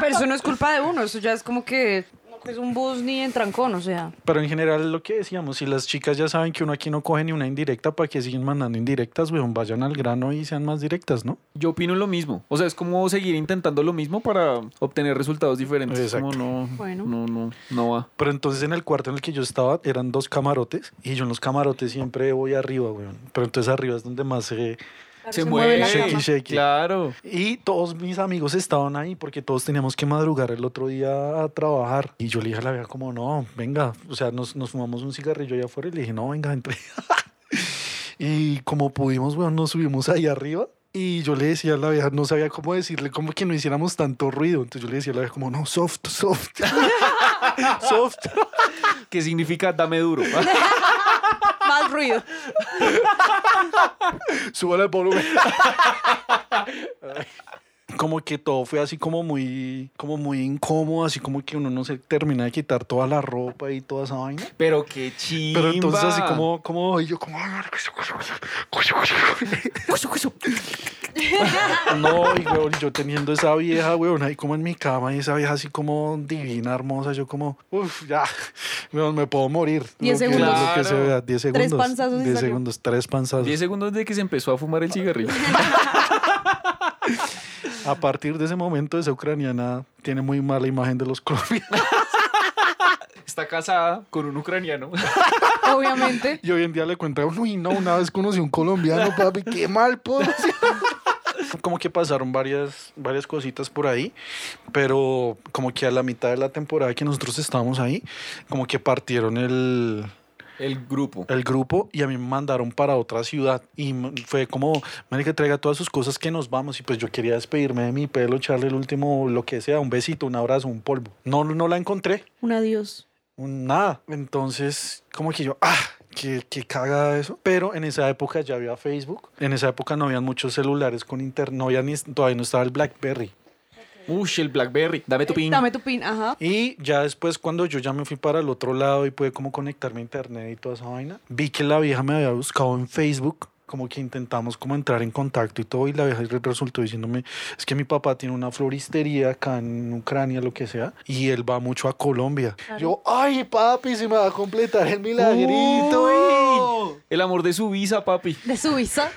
Speaker 4: Pero eso no es culpa de uno. Eso ya es como que no es un bus ni en trancón, o sea.
Speaker 1: Pero en general, lo que decíamos, si las chicas ya saben que uno aquí no coge ni una indirecta, ¿para que siguen mandando indirectas, weón? Vayan al grano y sean más directas, ¿no?
Speaker 3: Yo opino lo mismo. O sea, es como seguir intentando lo mismo para obtener resultados diferentes.
Speaker 1: Exacto.
Speaker 3: Como no,
Speaker 4: Bueno.
Speaker 3: no, no, no va.
Speaker 1: Pero entonces en el cuarto en el que yo estaba eran dos camarotes y yo en los camarotes siempre voy arriba, weón. Pero entonces arriba es donde más se,
Speaker 3: se,
Speaker 6: mueve
Speaker 3: mueve.
Speaker 6: la
Speaker 1: Shaky,
Speaker 6: cama.
Speaker 1: shaky.
Speaker 3: Claro.
Speaker 1: Y todos mis amigos estaban ahí porque todos teníamos que madrugar el otro día a trabajar. Y yo le dije a la vieja como, no, venga, o sea, nos, nos fumamos un cigarrillo allá afuera y le dije, no, venga, entre. y como pudimos, bueno, nos subimos ahí arriba. Y yo le decía a la vieja, no sabía cómo decirle, como que no hiciéramos tanto ruido. Entonces yo le decía a la vieja como, no, soft, soft, soft.
Speaker 3: ¿Qué significa dame duro?
Speaker 4: Más ruido.
Speaker 1: Súbale el volumen. Como que todo fue así como muy, como muy incómodo, así como que uno no se termina de quitar toda la ropa y toda esa vaina.
Speaker 3: Pero qué chimba.
Speaker 1: Pero entonces así como, como y yo como "Ah, no, y weón, yo teniendo esa vieja, weón, ahí como en mi cama, y esa vieja así como divina, hermosa, yo como, uff, ya, weón, me puedo morir.
Speaker 4: Diez
Speaker 1: Lo que-
Speaker 4: segundos.
Speaker 1: lo que se
Speaker 3: Claro.
Speaker 1: vea, 10 segundos.
Speaker 4: panzazos y
Speaker 1: 10
Speaker 4: salió.
Speaker 1: segundos, tres panzazos.
Speaker 3: 10 segundos desde que se empezó a fumar el cigarrillo.
Speaker 1: A partir de ese momento, esa ucraniana tiene muy mala imagen de los colombianos.
Speaker 3: Está casada con un ucraniano.
Speaker 4: Obviamente.
Speaker 1: Y hoy en día le cuenta, uy, no, una vez conocí a un colombiano, papi, qué mal, por Como que pasaron varias, varias cositas por ahí, pero como que a la mitad de la temporada que nosotros estábamos ahí, como que partieron el,
Speaker 3: El grupo.
Speaker 1: el grupo y a mí me mandaron para otra ciudad y m- fue como, que traiga todas sus cosas que nos vamos y pues yo quería despedirme de mi pelo, echarle el último, lo que sea, un besito, un abrazo, un polvo. No, no la encontré,
Speaker 4: Un adiós.
Speaker 1: un nada. Entonces, como que yo, ah, que, caga eso. Pero en esa época ya había Facebook, en esa época no habían muchos celulares con internet, no había ni, todavía no estaba el BlackBerry.
Speaker 3: Ush, el Blackberry. Dame tu pin.
Speaker 4: Dame tu pin. Ajá.
Speaker 1: Y ya después cuando yo ya me fui para el otro lado y pude como conectarme a internet y toda esa vaina, vi que la vieja me había buscado en Facebook, como que intentamos como entrar en contacto y todo y la vieja re- resultó diciéndome, es que mi papá tiene una floristería acá en Ucrania, lo que sea, y él va mucho a Colombia. Yo, ay papi, se me va a completar el milagrito.
Speaker 3: Uy, El amor de su visa, papi.
Speaker 4: De su visa.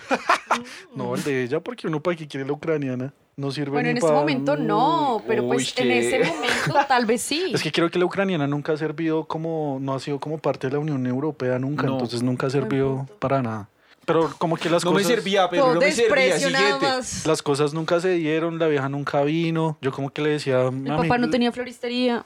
Speaker 1: No, el de ella porque uno para qué quiere la ucraniana. No sirve
Speaker 4: Bueno,
Speaker 1: ni
Speaker 4: en ese
Speaker 1: para-
Speaker 4: momento no, pero
Speaker 3: uy,
Speaker 4: pues en
Speaker 3: qué-
Speaker 4: ese momento tal vez sí.
Speaker 1: Es que creo que la ucraniana nunca ha servido como, no ha sido como parte de la Unión Europea nunca,
Speaker 3: No.
Speaker 1: entonces nunca ha servido para nada. Pero como que las
Speaker 3: No me
Speaker 1: cosas...
Speaker 3: servía, pero
Speaker 4: Todo
Speaker 3: no me servía.
Speaker 4: desprecio nada
Speaker 3: Siguiente.
Speaker 4: más.
Speaker 1: Las cosas nunca se dieron, la vieja nunca vino. Yo como que le decía,
Speaker 4: Mi
Speaker 1: mami,
Speaker 4: papá no tenía floristería.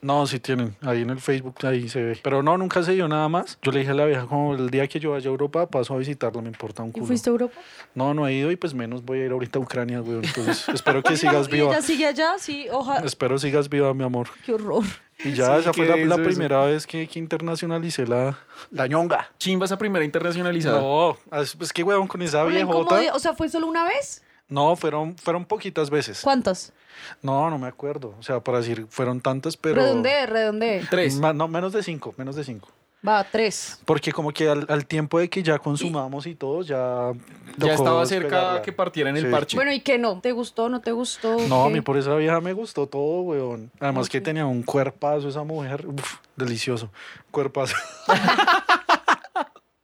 Speaker 1: no, sí tienen, ahí en el Facebook, ahí se ve. Pero no, nunca se dio nada más. Yo le dije a la vieja, como el día que yo vaya a Europa, paso a visitarla, me importa un
Speaker 4: ¿Y
Speaker 1: culo.
Speaker 4: fuiste a Europa?
Speaker 1: No, no he ido y pues menos voy a ir ahorita a Ucrania, güey. Entonces espero que sigas
Speaker 4: ¿Y
Speaker 1: viva.
Speaker 4: ella sigue allá? Sí, ojalá.
Speaker 1: Espero sigas viva, mi amor.
Speaker 4: Qué horror.
Speaker 1: Y ya,
Speaker 3: Sí,
Speaker 1: esa fue
Speaker 3: que
Speaker 1: la,
Speaker 3: eso,
Speaker 1: la
Speaker 3: eso.
Speaker 1: primera vez que, que internacionalicé la, la ñonga.
Speaker 3: Chimba esa primera internacionalizada.
Speaker 1: No, es, es que huevón con esa
Speaker 4: Por la
Speaker 1: viejota.
Speaker 4: incomodidad, O sea, ¿fue solo una vez?
Speaker 1: No, fueron, fueron poquitas veces.
Speaker 4: ¿Cuántas?
Speaker 1: No, no me acuerdo. O sea, para decir, fueron tantas, pero.
Speaker 4: Redondeé, redondeé.
Speaker 3: Tres.
Speaker 1: Ma- no, menos de cinco, menos de cinco.
Speaker 4: Va, tres.
Speaker 1: Porque como que al, al tiempo de que ya consumamos y todo, ya.
Speaker 3: Ya
Speaker 1: tocó
Speaker 3: estaba cerca
Speaker 1: despegarla.
Speaker 3: que partiera en el
Speaker 1: Sí.
Speaker 3: parche.
Speaker 4: Bueno, ¿y qué no? ¿Te gustó? ¿No te gustó?
Speaker 1: No, a
Speaker 4: ¿Qué?
Speaker 1: mí por esa vieja me gustó todo, weón. Además que
Speaker 4: Ok.
Speaker 1: tenía un cuerpazo esa mujer. Uf, delicioso. Cuerpazo.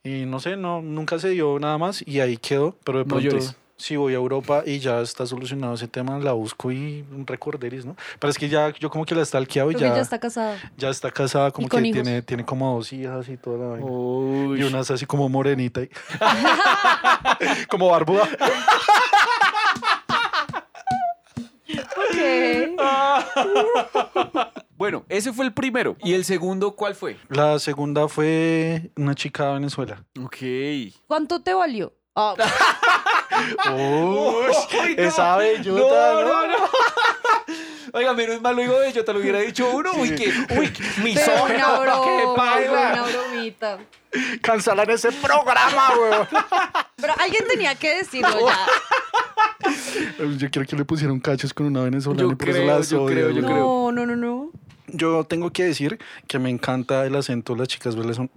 Speaker 1: y no sé, no, nunca se dio nada más y ahí quedó. Pero de
Speaker 3: No
Speaker 1: pronto,
Speaker 3: llores.
Speaker 1: si voy a Europa y ya está solucionado ese tema, la busco y un recorderis, ¿no? Pero es que ya yo como que la he stalkeado y
Speaker 4: Creo que
Speaker 1: ya,
Speaker 4: ya está casada.
Speaker 1: ya está casada, como
Speaker 4: Y con
Speaker 1: que
Speaker 4: hijos.
Speaker 1: tiene, tiene como dos hijas y toda la vaina.
Speaker 3: Uy.
Speaker 1: Y una es así como morenita y- como barbuda.
Speaker 3: Bueno, ese fue el primero. ¿Y el segundo cuál fue?
Speaker 1: La segunda fue una chica de Venezuela.
Speaker 3: Ok.
Speaker 4: ¿Cuánto te valió? Ah,
Speaker 1: Uy,
Speaker 3: Uy, no.
Speaker 1: esa bellota,
Speaker 3: No,
Speaker 1: ¿no?
Speaker 3: no, no. Oiga, menos mal lo digo de yo, te lo hubiera dicho uno. Uy, que, uy, que- mi
Speaker 4: pero
Speaker 3: sombra,
Speaker 4: una
Speaker 3: qué
Speaker 4: broma, fue
Speaker 3: paila.
Speaker 4: una bromita.
Speaker 1: Cancelar ese programa,
Speaker 4: Pero alguien tenía que decirlo ya.
Speaker 1: weón. Yo quiero que le pusieran cachos con una venezolana.
Speaker 3: Yo
Speaker 1: y por eso
Speaker 3: creo,
Speaker 1: la
Speaker 3: yo
Speaker 1: odio,
Speaker 3: creo, yo
Speaker 1: weón.
Speaker 3: creo.
Speaker 4: No, no, no, no.
Speaker 1: Yo tengo que decir que me encanta el acento de las chicas venezol-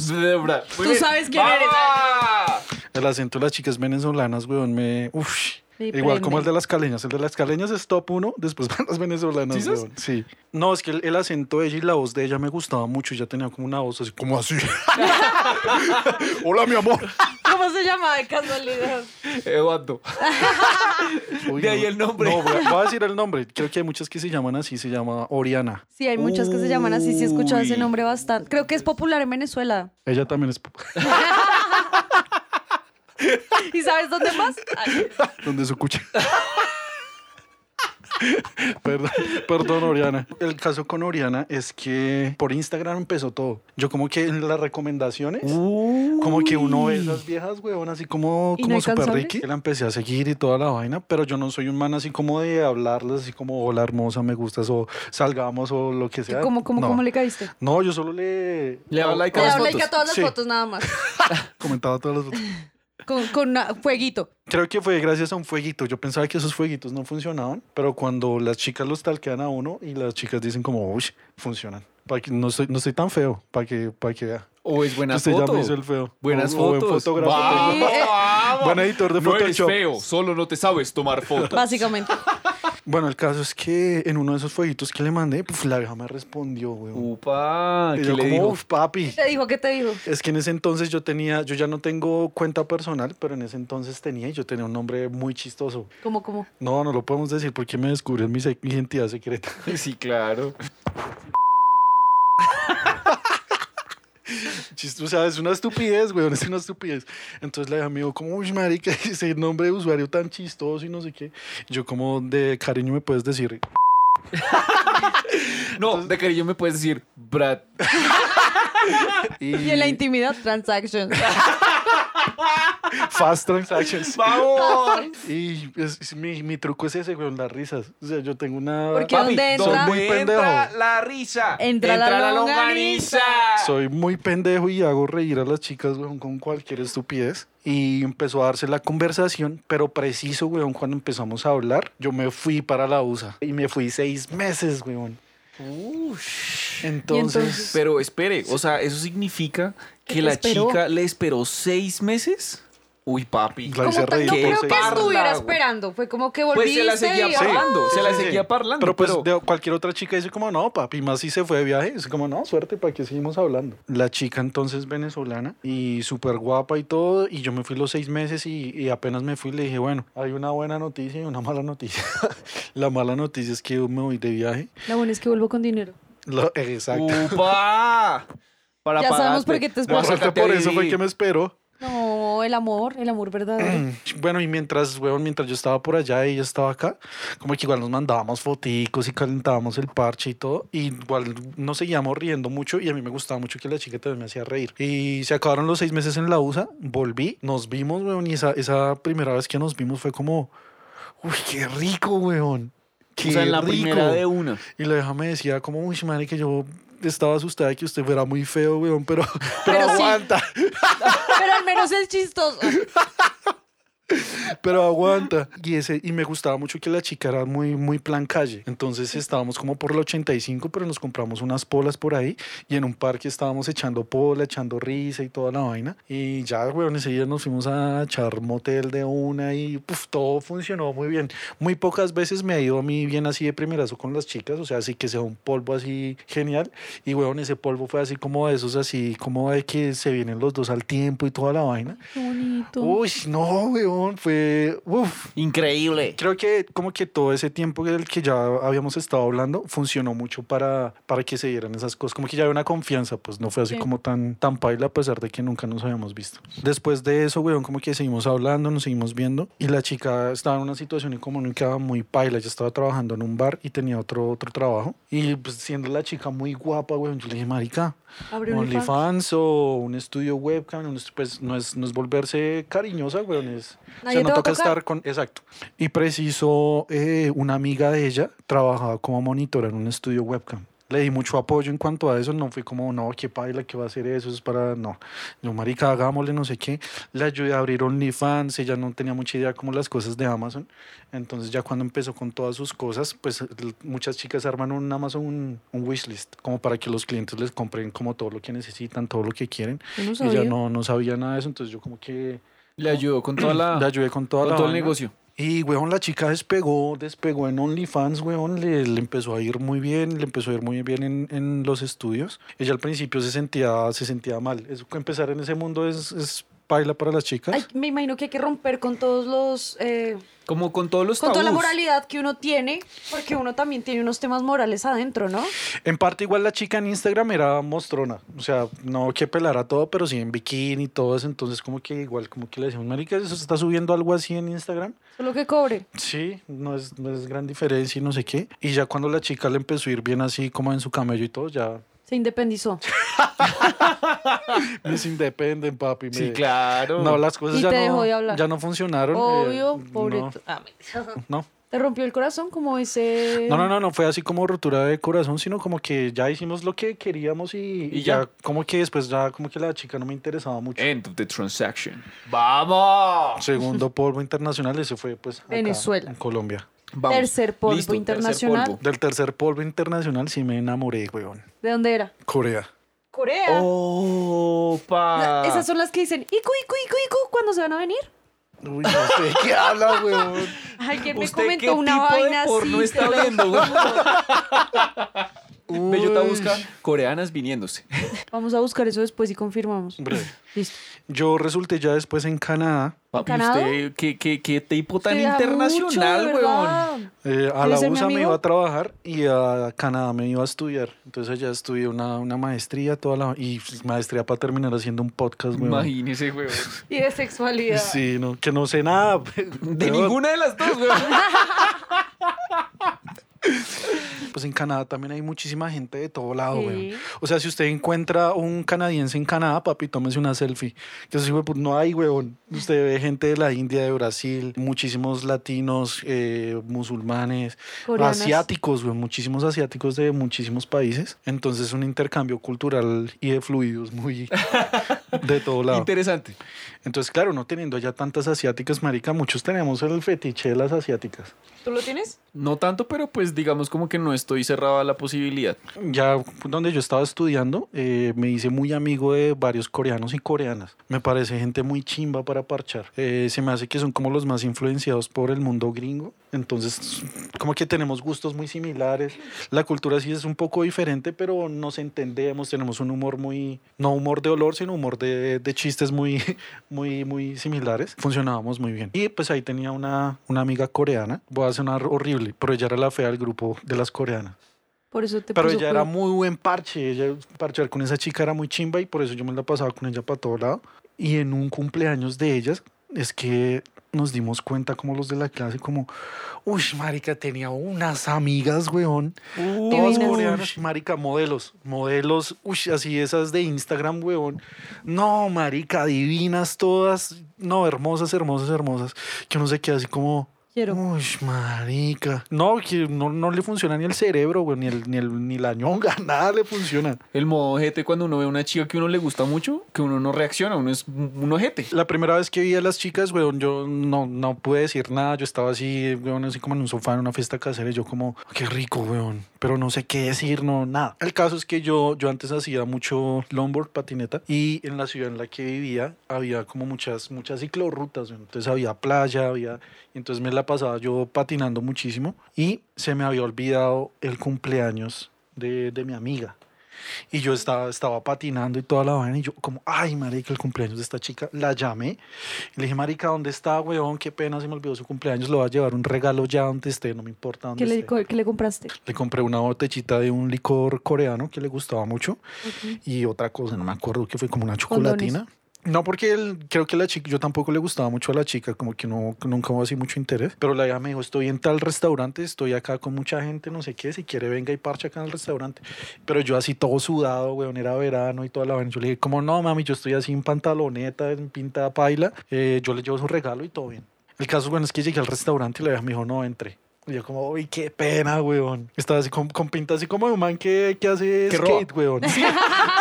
Speaker 3: Zebra. Pues, Muy
Speaker 4: Tú
Speaker 3: bien.
Speaker 4: sabes quién eres.
Speaker 3: ¡Ah!
Speaker 1: El acento de las chicas venezolanas, weón, me... Uf.
Speaker 4: Me
Speaker 1: Igual como
Speaker 4: prende.
Speaker 1: el de las caleñas. El de las caleñas es top uno, después van las venezolanas,
Speaker 3: ¿Sí, sabes?
Speaker 1: weón. Sí. No, es que el, el acento de ella y la voz de ella me gustaba mucho. Ya tenía como una voz así, como así. Hola, mi amor.
Speaker 4: ¿Cómo se llama de casualidad?
Speaker 3: Eduardo.
Speaker 1: Uy,
Speaker 3: De ahí
Speaker 1: no.
Speaker 3: el nombre.
Speaker 1: No, voy a, voy a decir el nombre. Creo que hay muchas que se llaman así. Se llama Oriana.
Speaker 4: Sí, hay muchas que se llaman así. Sí, he escuchado ese
Speaker 3: Uy.
Speaker 4: nombre bastante. Creo que es popular en Venezuela.
Speaker 1: Ella también es.
Speaker 4: ¿Y sabes dónde más? Ay,
Speaker 1: Donde su cucha. Perdón, perdón, Oriana. El caso con Oriana es que por Instagram empezó todo. Yo como que en las recomendaciones, como que uno ve esas viejas, weón, así como,
Speaker 4: ¿Y no
Speaker 1: como
Speaker 4: hay
Speaker 1: super
Speaker 4: canciones?
Speaker 1: Ricky. La empecé a seguir y toda la vaina, pero yo no soy un man así como de hablarles, así como, hola hermosa, me gustas, o salgamos, o lo que sea.
Speaker 4: ¿Cómo, cómo,
Speaker 1: no.
Speaker 4: cómo le caíste?
Speaker 1: No, yo solo le...
Speaker 3: Le daba like a
Speaker 4: Le
Speaker 3: las
Speaker 4: hablé que
Speaker 3: fotos.
Speaker 4: a todas las
Speaker 1: Sí.
Speaker 4: fotos nada más.
Speaker 1: Comentaba todas las fotos.
Speaker 4: Con, con una- fueguito.
Speaker 1: Creo que fue gracias a un fueguito. Yo pensaba que esos fueguitos no funcionaban, pero cuando las chicas los talquean a uno y las chicas dicen como, uy, funcionan. Para que no soy, no soy tan feo, para que, para que vea.
Speaker 3: O es buena
Speaker 1: Usted ya
Speaker 3: foto.
Speaker 1: me hizo el feo.
Speaker 3: Buenas
Speaker 1: O- o buen
Speaker 3: fotos.
Speaker 1: fotógrafo.
Speaker 3: Vamos,
Speaker 4: Sí, eh.
Speaker 3: vamos.
Speaker 1: Buen editor de Photoshop.
Speaker 3: solo no te sabes tomar fotos.
Speaker 4: Básicamente.
Speaker 1: Bueno, el caso es que en uno de esos fueguitos que le mandé, pues la vieja me respondió, weón.
Speaker 3: Upa,
Speaker 1: y
Speaker 3: ¿qué
Speaker 1: yo
Speaker 3: le
Speaker 1: como,
Speaker 3: digo?
Speaker 1: "Uf, papi.
Speaker 4: ¿Te dijo? ¿Qué te dijo?
Speaker 1: Es que en ese entonces yo tenía, yo ya no tengo cuenta personal, pero en ese entonces tenía y yo tenía un nombre muy chistoso.
Speaker 4: ¿Cómo, cómo?
Speaker 1: No, no lo podemos decir porque me descubren mi se- mi identidad secreta.
Speaker 3: Sí, claro.
Speaker 1: chiste, o sea, es una estupidez, güey, es una estupidez. Entonces la hija me dijo, como, uy, marica, ese nombre de usuario tan chistoso y no sé qué. Yo como, de cariño me puedes decir,
Speaker 3: No, de cariño me puedes decir, Brad.
Speaker 4: Y en la intimidad, transactions.
Speaker 1: fast transactions.
Speaker 3: ¡Vamos!
Speaker 1: Y es- es mi, mi truco es ese, güey, las risas. O sea, yo tengo una...
Speaker 4: Porque donde
Speaker 1: soy
Speaker 4: entra,
Speaker 1: muy pendejo.
Speaker 3: la risa?
Speaker 4: Entra la longaniza.
Speaker 1: Soy muy pendejo y hago reír a las chicas, güey, con cualquier estupidez. Y empezó a darse la conversación, pero preciso, güey, cuando empezamos a hablar, yo me fui para la USA. Y me fui seis meses, güey.
Speaker 4: entonces?
Speaker 1: Entonces,
Speaker 3: Pero espere, o sea, ¿eso significa que
Speaker 4: ¿Que te
Speaker 3: la
Speaker 4: esperó?
Speaker 3: chica le esperó seis meses? Uy, papi.
Speaker 1: La-
Speaker 4: Como
Speaker 1: hice
Speaker 4: tal,
Speaker 1: reír
Speaker 4: no
Speaker 1: por
Speaker 4: creo
Speaker 1: seis
Speaker 4: que
Speaker 1: meses.
Speaker 4: estuviera
Speaker 3: Parla, güey.
Speaker 4: esperando. Fue como que
Speaker 3: Pues
Speaker 4: volviste.
Speaker 3: se la seguía
Speaker 4: y-
Speaker 3: parlando, se la
Speaker 1: Sí, sí.
Speaker 3: seguía parlando.
Speaker 1: Pero pues de- cualquier otra chica dice como, no, papi, más si se fue de viaje. Es como, no, suerte, ¿para qué seguimos hablando? La chica entonces venezolana y súper guapa y todo. Y yo me fui los seis meses y, y apenas me fui le dije, bueno, hay una buena noticia y una mala noticia. la mala noticia es que yo me voy de viaje.
Speaker 4: La buena es que vuelvo con dinero.
Speaker 1: Lo- exacto.
Speaker 3: ¡Upa! Para
Speaker 4: Ya sabemos
Speaker 3: pagarte.
Speaker 4: por qué te
Speaker 1: De
Speaker 4: esperó.
Speaker 1: pronto
Speaker 3: sácate
Speaker 1: por
Speaker 3: ahí.
Speaker 1: eso fue que me esperó.
Speaker 4: No, el amor, el amor
Speaker 1: Mm.
Speaker 4: verdadero.
Speaker 1: Bueno, y mientras, weón, mientras yo estaba por allá y ella estaba acá, como que igual nos mandábamos foticos y calentábamos el parche y todo, y igual nos seguíamos riendo mucho y a mí me gustaba mucho que la chica también me hacía reír. Y se acabaron los seis meses en la USA, volví, nos vimos, weón, y esa, esa primera vez que nos vimos fue como, uy, qué rico, weón. Qué
Speaker 3: O sea, en la
Speaker 1: rico.
Speaker 3: primera de una.
Speaker 1: Y la hija me decía como, uy, madre, que yo estaba asustada de que usted fuera muy feo, weón, pero, pero,
Speaker 4: Pero sí.
Speaker 1: aguanta.
Speaker 4: Pero al menos es chistoso.
Speaker 1: Pero aguanta. Y, ese, y me gustaba mucho que la chica era muy, muy plan calle. Entonces estábamos como por la 85, pero nos compramos unas polas por ahí. Y en un parque estábamos echando pola, echando risa y toda la vaina. Y ya, weón, enseguida nos fuimos a echar motel de una y puf, todo funcionó muy bien. Muy pocas veces me ha ido a mí bien así de primerazo con las chicas. O sea, así que sea un polvo así genial. Y, weón, ese polvo fue así como de esos, así como de que se vienen los dos al tiempo y toda la vaina.
Speaker 4: Qué bonito.
Speaker 1: Uy, no, weón, fue... Uf,
Speaker 3: Increíble.
Speaker 1: Creo que como que todo ese tiempo del que ya habíamos estado hablando funcionó mucho para, para que se dieran esas cosas. Como que ya había una confianza, pues no fue así
Speaker 4: Sí.
Speaker 1: como tan, tan paila a pesar de que nunca nos habíamos visto. Después de eso, weón, como que seguimos hablando, nos seguimos viendo y la chica estaba en una situación económica muy paila. Yo estaba trabajando en un bar y tenía otro, otro trabajo y pues siendo la chica muy guapa, weón, yo le dije, marica,
Speaker 4: Abre un OnlyFans.
Speaker 1: OnlyFans o un estudio webcam, un est- pues no es, no es volverse cariñosa, weón. Es, o
Speaker 4: Nadie
Speaker 1: sea,
Speaker 4: te
Speaker 1: no
Speaker 4: va a
Speaker 1: toca
Speaker 4: tocar.
Speaker 1: estar con. Exacto. Y preciso, eh, una amiga de ella trabajaba como monitora en un estudio webcam. Le di mucho apoyo en cuanto a eso. No fui como, no, qué paila, que va a hacer eso, es para. No. Yo, marica, hagámosle, no sé qué. Le ayudé a abrir OnlyFans. Ella no tenía mucha idea como las cosas de Amazon. Entonces, ya cuando empezó con todas sus cosas, pues l- muchas chicas arman un Amazon, un, un wishlist, como para que los clientes les compren como todo lo que necesitan, todo lo que quieren.
Speaker 4: Yo no
Speaker 1: Y
Speaker 4: sabía.
Speaker 1: Ella no, no sabía nada de eso. Entonces, yo como que
Speaker 3: Le ayudó con toda la.
Speaker 1: le ayudé con toda
Speaker 3: con
Speaker 1: la
Speaker 3: todo el
Speaker 1: vaina.
Speaker 3: negocio.
Speaker 1: Y, weón, la chica despegó, despegó en OnlyFans, weón, le, le empezó a ir muy bien, le empezó a ir muy bien en, en los estudios. Ella al principio se sentía, se sentía mal. Es, empezar en ese mundo es, es paila para las chicas.
Speaker 4: Ay, me imagino que hay que romper con todos los. eh,
Speaker 3: Como con todos los
Speaker 4: con toda la
Speaker 3: tabús.
Speaker 4: moralidad que uno tiene, porque uno también tiene unos temas morales adentro, ¿no?
Speaker 1: En parte igual la chica en Instagram era mostrona, o sea, no que pelara todo, pero sí en bikini y todo eso, entonces como que igual, como que le decimos, marica, ¿eso se está subiendo algo así en Instagram?
Speaker 4: Solo que cobre.
Speaker 1: Sí, no es, no es gran diferencia y no sé qué. Y ya cuando la chica le empezó a ir bien así como en su camello y todo, ya
Speaker 4: Se independizó.
Speaker 1: me independen, papi. me-
Speaker 3: Sí, claro.
Speaker 1: No, las cosas
Speaker 4: Y
Speaker 1: ya,
Speaker 4: te
Speaker 1: no,
Speaker 4: dejó de hablar.
Speaker 1: ya no funcionaron. eh,
Speaker 4: Obvio, pobre.
Speaker 1: no,
Speaker 4: Ah, me-
Speaker 1: no.
Speaker 4: Te rompió el corazón como ese.
Speaker 1: No, no, no, no fue así como rotura de corazón, sino como que ya hicimos lo que queríamos y, y ya. Eh.
Speaker 3: ya.
Speaker 1: como que después ya como que la chica no me interesaba mucho.
Speaker 3: End of the transaction. ¡Vamos!
Speaker 1: Segundo polvo internacional, ese fue pues acá,
Speaker 4: Venezuela.
Speaker 1: en Colombia.
Speaker 3: Vamos.
Speaker 4: Tercer polvo
Speaker 3: Listo, tercer
Speaker 4: internacional.
Speaker 3: polvo.
Speaker 1: Del tercer polvo internacional sí me enamoré, weón.
Speaker 4: ¿De dónde era?
Speaker 1: Corea.
Speaker 4: Corea.
Speaker 1: Oh, ah.
Speaker 3: Opa.
Speaker 4: Esas son las que dicen, Iku, Iku, Iku, Iku, ¿cuándo se van a venir?
Speaker 1: Uy, no sé qué habla, weón.
Speaker 4: Alguien me
Speaker 3: ¿Usted
Speaker 4: comentó
Speaker 3: qué
Speaker 4: una
Speaker 3: tipo de
Speaker 4: vaina
Speaker 3: porno
Speaker 4: así.
Speaker 3: está
Speaker 4: te lo
Speaker 3: viendo?
Speaker 4: juro.
Speaker 3: Bellota busca coreanas viniéndose.
Speaker 4: Vamos a buscar eso después y confirmamos.
Speaker 1: Breve.
Speaker 4: Listo.
Speaker 1: Yo resulté ya después en Canadá
Speaker 3: Papi,
Speaker 4: ¿Canadá?
Speaker 3: usted, qué, qué, qué tipo tan
Speaker 4: Usted viaja
Speaker 3: internacional,
Speaker 4: mucho, de
Speaker 3: weón.
Speaker 4: verdad.
Speaker 1: Eh, a
Speaker 4: ¿Quieres
Speaker 1: la
Speaker 4: ser mi
Speaker 1: USA me
Speaker 4: amigo?
Speaker 1: iba a trabajar y a Canadá me iba a estudiar. Entonces allá estudié una, una maestría toda la, y pues, maestría para terminar haciendo un podcast. weón.
Speaker 3: Imagínese, weón.
Speaker 4: Y de sexualidad.
Speaker 1: Sí, no, que no sé nada.
Speaker 3: De
Speaker 1: weón.
Speaker 3: ninguna de las dos, weón.
Speaker 1: Pues en Canadá también hay muchísima gente de todo lado,
Speaker 4: Sí.
Speaker 1: weón. O sea, si usted encuentra un canadiense en Canadá, papi, tómese una selfie. Que eso sí, weón, pues, no hay, weón. Usted ve gente de la India, de Brasil, muchísimos latinos, eh, musulmanes,
Speaker 4: Coreanos.
Speaker 1: asiáticos, weón, muchísimos asiáticos de muchísimos países. Entonces, un intercambio cultural y de fluidos muy de todo lado.
Speaker 3: Interesante.
Speaker 1: Entonces, claro, no teniendo ya tantas asiáticas, marica, muchos tenemos el fetiche de las asiáticas.
Speaker 4: ¿Tú lo tienes?
Speaker 3: No tanto, pero pues digamos como que no estoy cerrado a la posibilidad.
Speaker 1: ya donde yo estaba estudiando, eh, me hice muy amigo de varios coreanos y coreanas. Me parece gente muy chimba para parchar. Eh, se me hace que son como los más influenciados por el mundo gringo. Entonces, como que tenemos gustos muy similares. La cultura sí es un poco diferente, pero nos entendemos. Tenemos un humor muy, no humor de olor, sino humor de, de chistes muy, muy, muy similares. Funcionábamos muy bien. Y pues ahí tenía una, una amiga coreana. Voy a sonar horrible, pero ella era la fea del grupo de las coreanas.
Speaker 4: Por eso te
Speaker 1: Pero
Speaker 4: puso
Speaker 1: ella era
Speaker 4: culo.
Speaker 1: muy buen parche. Ella, parchear con esa chica era muy chimba y por eso yo me la pasaba con ella para todo lado. Y en un cumpleaños de ellas es que nos dimos cuenta como los de la clase, como, uy, marica, tenía unas amigas, weón. Todas
Speaker 4: Divinas.
Speaker 1: coreanas, marica, modelos, modelos, uy, así esas de Instagram, weón. No, marica, divinas todas. No, hermosas, hermosas, hermosas. Que uno se queda así como...
Speaker 4: Quiero.
Speaker 1: Uy, marica. No, que no, no le funciona ni el cerebro, güey, ni, el, ni, el- ni la ñonga, nada le funciona.
Speaker 3: El modo ojete cuando uno ve a una chica que uno le gusta mucho, que uno no reacciona, uno es un un ojete.
Speaker 1: La primera vez que vi a las chicas, weón, yo no, no pude decir nada. Yo estaba así, weón, así como en un sofá, en una fiesta casera. Y yo como, qué rico, weón. Pero no sé qué decir, no, nada. El caso es que yo, yo antes hacía mucho longboard, patineta. Y en la ciudad en la que vivía había como muchas, muchas ciclorrutas. weón. Entonces había playa, había... y entonces me la pasaba yo patinando muchísimo. Y se me había olvidado el cumpleaños de, de mi amiga. Y yo estaba, estaba patinando y toda la vaina. Y yo, como, ay, marica, el cumpleaños de esta chica. La llamé. Y le dije, marica, ¿dónde está, weón? Qué pena, se me olvidó su cumpleaños. Le voy a llevar un regalo ya donde esté, no me importa dónde
Speaker 4: ¿Qué le,
Speaker 1: esté.
Speaker 4: qué le compraste?
Speaker 1: Le compré una botellita de un licor coreano que le gustaba mucho. Y otra cosa, no me acuerdo que fue como una
Speaker 4: Condones.
Speaker 1: chocolatina. No, porque él- creo que la chica, yo tampoco le gustaba mucho a la chica, como que no, nunca hubo así mucho interés. Pero la hija me dijo, estoy en tal restaurante, estoy acá con mucha gente, no sé qué, si quiere venga y parcha acá en el restaurante. Pero yo así todo sudado, weón, era verano y toda la vaina. Yo le dije, como no, mami, yo estoy así en pantaloneta, en pinta paila, eh, yo le llevo su regalo y todo bien. El caso, bueno, es que llegué al restaurante y la hija me dijo, no, entre. Y yo como, uy, qué pena, weón. Estaba así con, con pinta así como de un man que, que hace
Speaker 3: Que roba.
Speaker 1: skate, weón. Sí,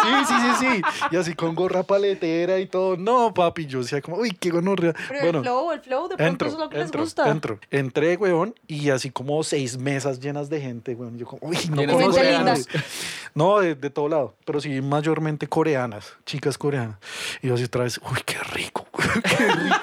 Speaker 1: sí, sí, sí, sí. Y así con gorra paletera y todo. No, papi, yo decía como, uy, qué gonorrea.
Speaker 4: Pero
Speaker 1: Bueno,
Speaker 4: el flow, el flow, de pronto
Speaker 1: entro,
Speaker 4: eso es lo que
Speaker 1: entro,
Speaker 4: les gusta.
Speaker 1: entro. Entré, weón, y así como seis mesas llenas de gente, weón. Yo como, uy, no
Speaker 3: Llenas
Speaker 4: de
Speaker 1: conozco a
Speaker 4: coreanos.
Speaker 1: nadie. No, de, de todo lado, pero sí mayormente coreanas, chicas coreanas. Y yo así otra vez, uy, qué rico, qué rico.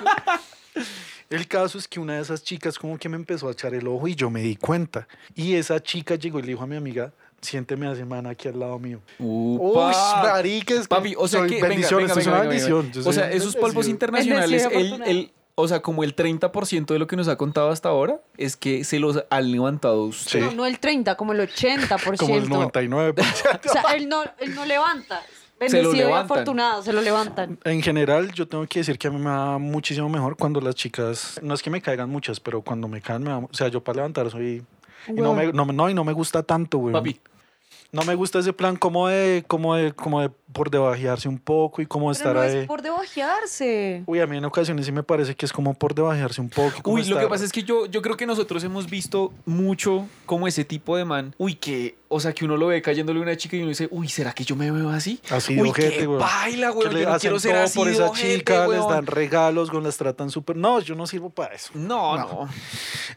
Speaker 1: El caso es que una de esas chicas como que me empezó a echar el ojo y yo me di cuenta. Y esa chica llegó y le dijo a mi amiga, siénteme a semana aquí al lado mío.
Speaker 3: Upa.
Speaker 1: Uy, mariques.
Speaker 3: Papi, o sea
Speaker 1: soy-
Speaker 3: que. venga,
Speaker 1: Bendición,
Speaker 3: venga,
Speaker 1: esto es
Speaker 3: venga,
Speaker 1: una
Speaker 3: venga,
Speaker 1: bendición.
Speaker 3: venga.
Speaker 1: Yo
Speaker 3: O
Speaker 1: soy
Speaker 3: sea,
Speaker 1: un
Speaker 3: esos
Speaker 1: bendecido.
Speaker 3: polvos internacionales,
Speaker 4: Bendecido,
Speaker 3: el, el- o sea, como el 30% de lo que nos ha contado hasta ahora es que se los han levantado ustedes.
Speaker 1: Sí.
Speaker 4: No, no el 30, como el 80%.
Speaker 1: Como el 99%.
Speaker 4: O sea, él no, él no levanta.
Speaker 3: Se lo
Speaker 4: Bendecido y
Speaker 3: levantan.
Speaker 4: afortunado, se lo levantan.
Speaker 1: En general, yo tengo que decir que a mí me va muchísimo mejor cuando las chicas, no es que me caigan muchas, pero cuando me caen, me va, o sea, yo para levantar soy... y no, me, no, me- no, y no me gusta tanto, güey.
Speaker 3: Papi,
Speaker 1: No me gusta ese plan como de, como de, como de por debajearse un poco y como
Speaker 4: Pero
Speaker 1: estar
Speaker 4: no
Speaker 1: ahí.
Speaker 4: es por debajearse.
Speaker 1: Uy, a mí en ocasiones sí me parece que es como por debajearse un poco. y como
Speaker 3: Uy, lo que
Speaker 1: estar-
Speaker 3: pasa es que yo, yo creo que nosotros hemos visto mucho como ese tipo de man. Uy, que, o sea, que uno lo ve cayéndole a una chica y uno dice, uy, ¿será que yo me veo así?
Speaker 1: Así de
Speaker 3: uy,
Speaker 1: ojete,
Speaker 3: qué
Speaker 1: güey.
Speaker 3: baila,
Speaker 1: que
Speaker 3: güey.
Speaker 1: le
Speaker 3: Yo no
Speaker 1: hacen
Speaker 3: quiero ser
Speaker 1: todo
Speaker 3: así
Speaker 1: por
Speaker 3: de
Speaker 1: esa
Speaker 3: ojete,
Speaker 1: chica, les
Speaker 3: weón.
Speaker 1: dan regalos, con las tratan súper... No, yo no sirvo para eso.
Speaker 3: No, no.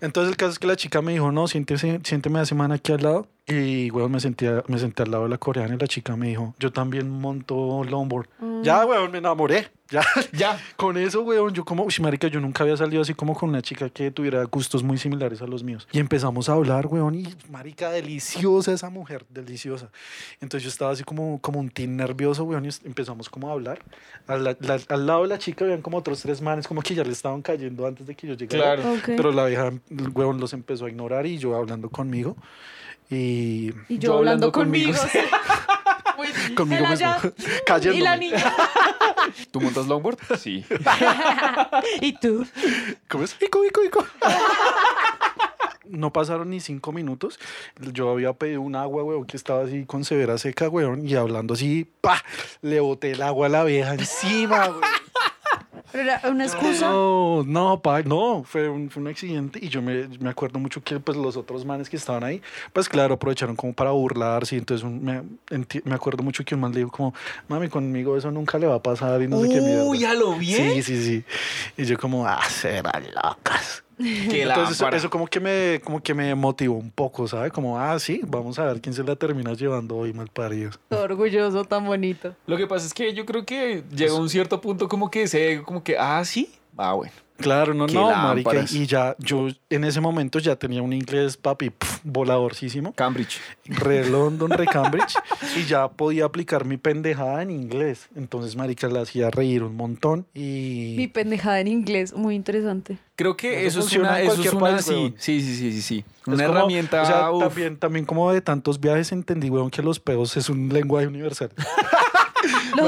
Speaker 1: Entonces el caso es que la chica me dijo, no, siéntese, siénteme la semana aquí al lado. Y, weón, me senté, me senté al lado de la coreana y la chica me dijo, yo también monto longboard. Ya, weón, me enamoré. Ya,
Speaker 3: Ya.
Speaker 1: con eso, weón, yo como, uy, marica, yo nunca había salido así como con una chica que tuviera gustos muy similares a los míos. Y empezamos a hablar, weón, y marica, deliciosa esa mujer, deliciosa. Entonces yo estaba así como, como un tin nervioso, weón, y es- empezamos como a hablar. Al, la- la- al lado de la chica habían como otros tres manes, como que ya le estaban cayendo antes de que yo llegara.
Speaker 3: Claro.
Speaker 4: Ok.
Speaker 1: Pero la vieja, el huevón, los empezó a ignorar y yo hablando conmigo. Y
Speaker 4: y yo, hablando, conmigo. sí.
Speaker 1: conmigo
Speaker 4: Él
Speaker 1: mismo,
Speaker 4: allá,
Speaker 1: cayéndome.
Speaker 4: Y la niña.
Speaker 3: ¿Tú montas longboard? Sí.
Speaker 4: y tú.
Speaker 1: ¿Cómo es? Ico, ico, ico. No pasaron ni cinco minutos. Yo había pedido un agua, weón, que estaba así con severa seca, weón, y hablando así, pa, le boté el agua a la vieja encima, weón.
Speaker 4: Pero era una excusa.
Speaker 1: No, no, pa, no, fue un, fue un accidente y yo me, me acuerdo mucho que pues, los otros manes que estaban ahí, pues claro, aprovecharon como para burlarse y entonces un- me, enti- me acuerdo mucho que un man le dijo como, mami, conmigo eso nunca le va a pasar y no sé qué mierda.
Speaker 3: Uy, a lo bien.
Speaker 1: Sí, sí, sí. Y yo como, ah, serán locas.
Speaker 3: Qué
Speaker 1: Entonces eso,
Speaker 3: lámpara.
Speaker 1: eso como que me como que me motivó un poco, ¿sabe? Como, ah, sí, vamos a ver quién se la termina llevando hoy mal paridos.
Speaker 4: Todo orgulloso, tan bonito.
Speaker 3: Lo que pasa es que yo creo que llega un cierto punto como que se, como que, ah, sí. Ah, bueno.
Speaker 1: Claro, no,
Speaker 3: Qué
Speaker 1: no, marica.
Speaker 3: lámparas.
Speaker 1: Y ya, yo en ese momento ya tenía un inglés, papi, pf, voladorcísimo.
Speaker 3: Cambridge.
Speaker 1: re London, re Cambridge, y ya podía aplicar mi pendejada en inglés. Entonces, marica, la hacía reír un montón
Speaker 4: Mi
Speaker 1: y...
Speaker 4: pendejada en inglés, muy interesante.
Speaker 3: Creo que
Speaker 1: Eso
Speaker 3: eso, es
Speaker 1: funciona
Speaker 3: una,
Speaker 1: en
Speaker 3: eso es
Speaker 1: cualquier
Speaker 3: una,
Speaker 1: país,
Speaker 3: sí,
Speaker 1: weón.
Speaker 3: sí, sí, sí, sí, sí.
Speaker 1: es
Speaker 3: Una
Speaker 1: como-
Speaker 3: herramienta,
Speaker 1: o sea,
Speaker 3: uf.
Speaker 1: también, también como de tantos viajes entendí, weón, que los pedos es un lenguaje universal.
Speaker 4: ¿Los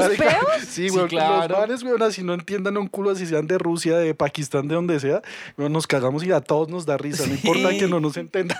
Speaker 1: Marica,
Speaker 4: peos?
Speaker 1: Sí,
Speaker 3: Sí,
Speaker 1: weón.
Speaker 3: claro.
Speaker 1: Los manes, weón, así no entiendan un culo, así sean de Rusia, de Pakistán, de donde sea, weón, nos cagamos y a todos nos da risa. No importa
Speaker 3: Sí.
Speaker 1: que no nos entendan.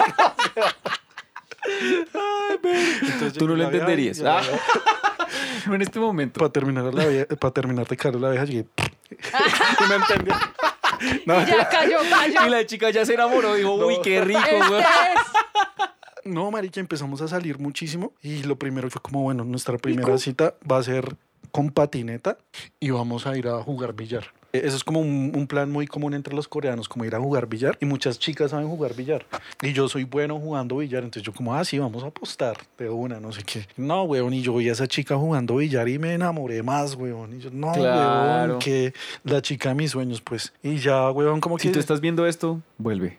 Speaker 1: Entonces, yo
Speaker 3: Tú no
Speaker 1: la
Speaker 3: lo
Speaker 1: vieja,
Speaker 3: entenderías.
Speaker 1: yo la
Speaker 3: Ah.
Speaker 1: vieja,
Speaker 3: No en este momento.
Speaker 1: Para terminar, la vieja- para terminar de cagar la vieja, llegué... y me entendió. Pues, No,
Speaker 4: Ya cayó, cayó.
Speaker 3: Y la chica ya se enamoró, dijo, uy, qué rico,
Speaker 4: Este
Speaker 3: güey.
Speaker 4: es.
Speaker 1: No, marica, empezamos a salir muchísimo y lo primero fue como, bueno, nuestra primera cita va a ser con patineta y vamos a ir a jugar billar. Eh, Eso es como un, un plan muy común entre los coreanos, como ir a jugar billar y muchas chicas saben jugar billar. Y yo soy bueno jugando billar, entonces yo como, ah, sí, vamos a apostar de una, no sé qué. No, weón, y yo vi a esa chica jugando billar y me enamoré más, weón. Y yo, no,
Speaker 3: Claro.
Speaker 1: weón, que la chica de mis sueños, pues. Y ya, weón, como
Speaker 3: Si
Speaker 1: que...
Speaker 3: tú estás viendo esto, vuelve.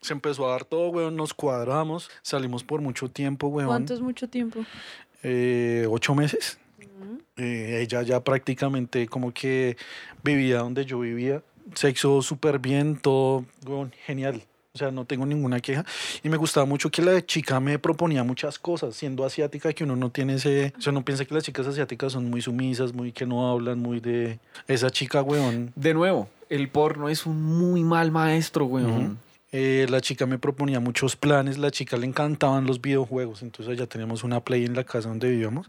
Speaker 1: Se empezó a dar todo, weón, nos cuadramos, salimos por mucho tiempo, weón.
Speaker 4: ¿Cuánto es mucho tiempo?
Speaker 1: eh, ocho meses. Eh, ella ya prácticamente como que vivía donde yo vivía. Sexo súper bien, todo weón, genial. O sea, no tengo ninguna queja. Y me gustaba mucho que la chica me proponía muchas cosas, siendo asiática, que uno no tiene ese... O sea, no piensa que las chicas asiáticas son muy sumisas, muy que no hablan, muy de... Esa chica, weón,
Speaker 3: De nuevo, el porno es un muy mal maestro, weón.
Speaker 1: Eh, la chica me proponía muchos planes, la chica le encantaban los videojuegos, entonces allá teníamos una play en la casa donde vivíamos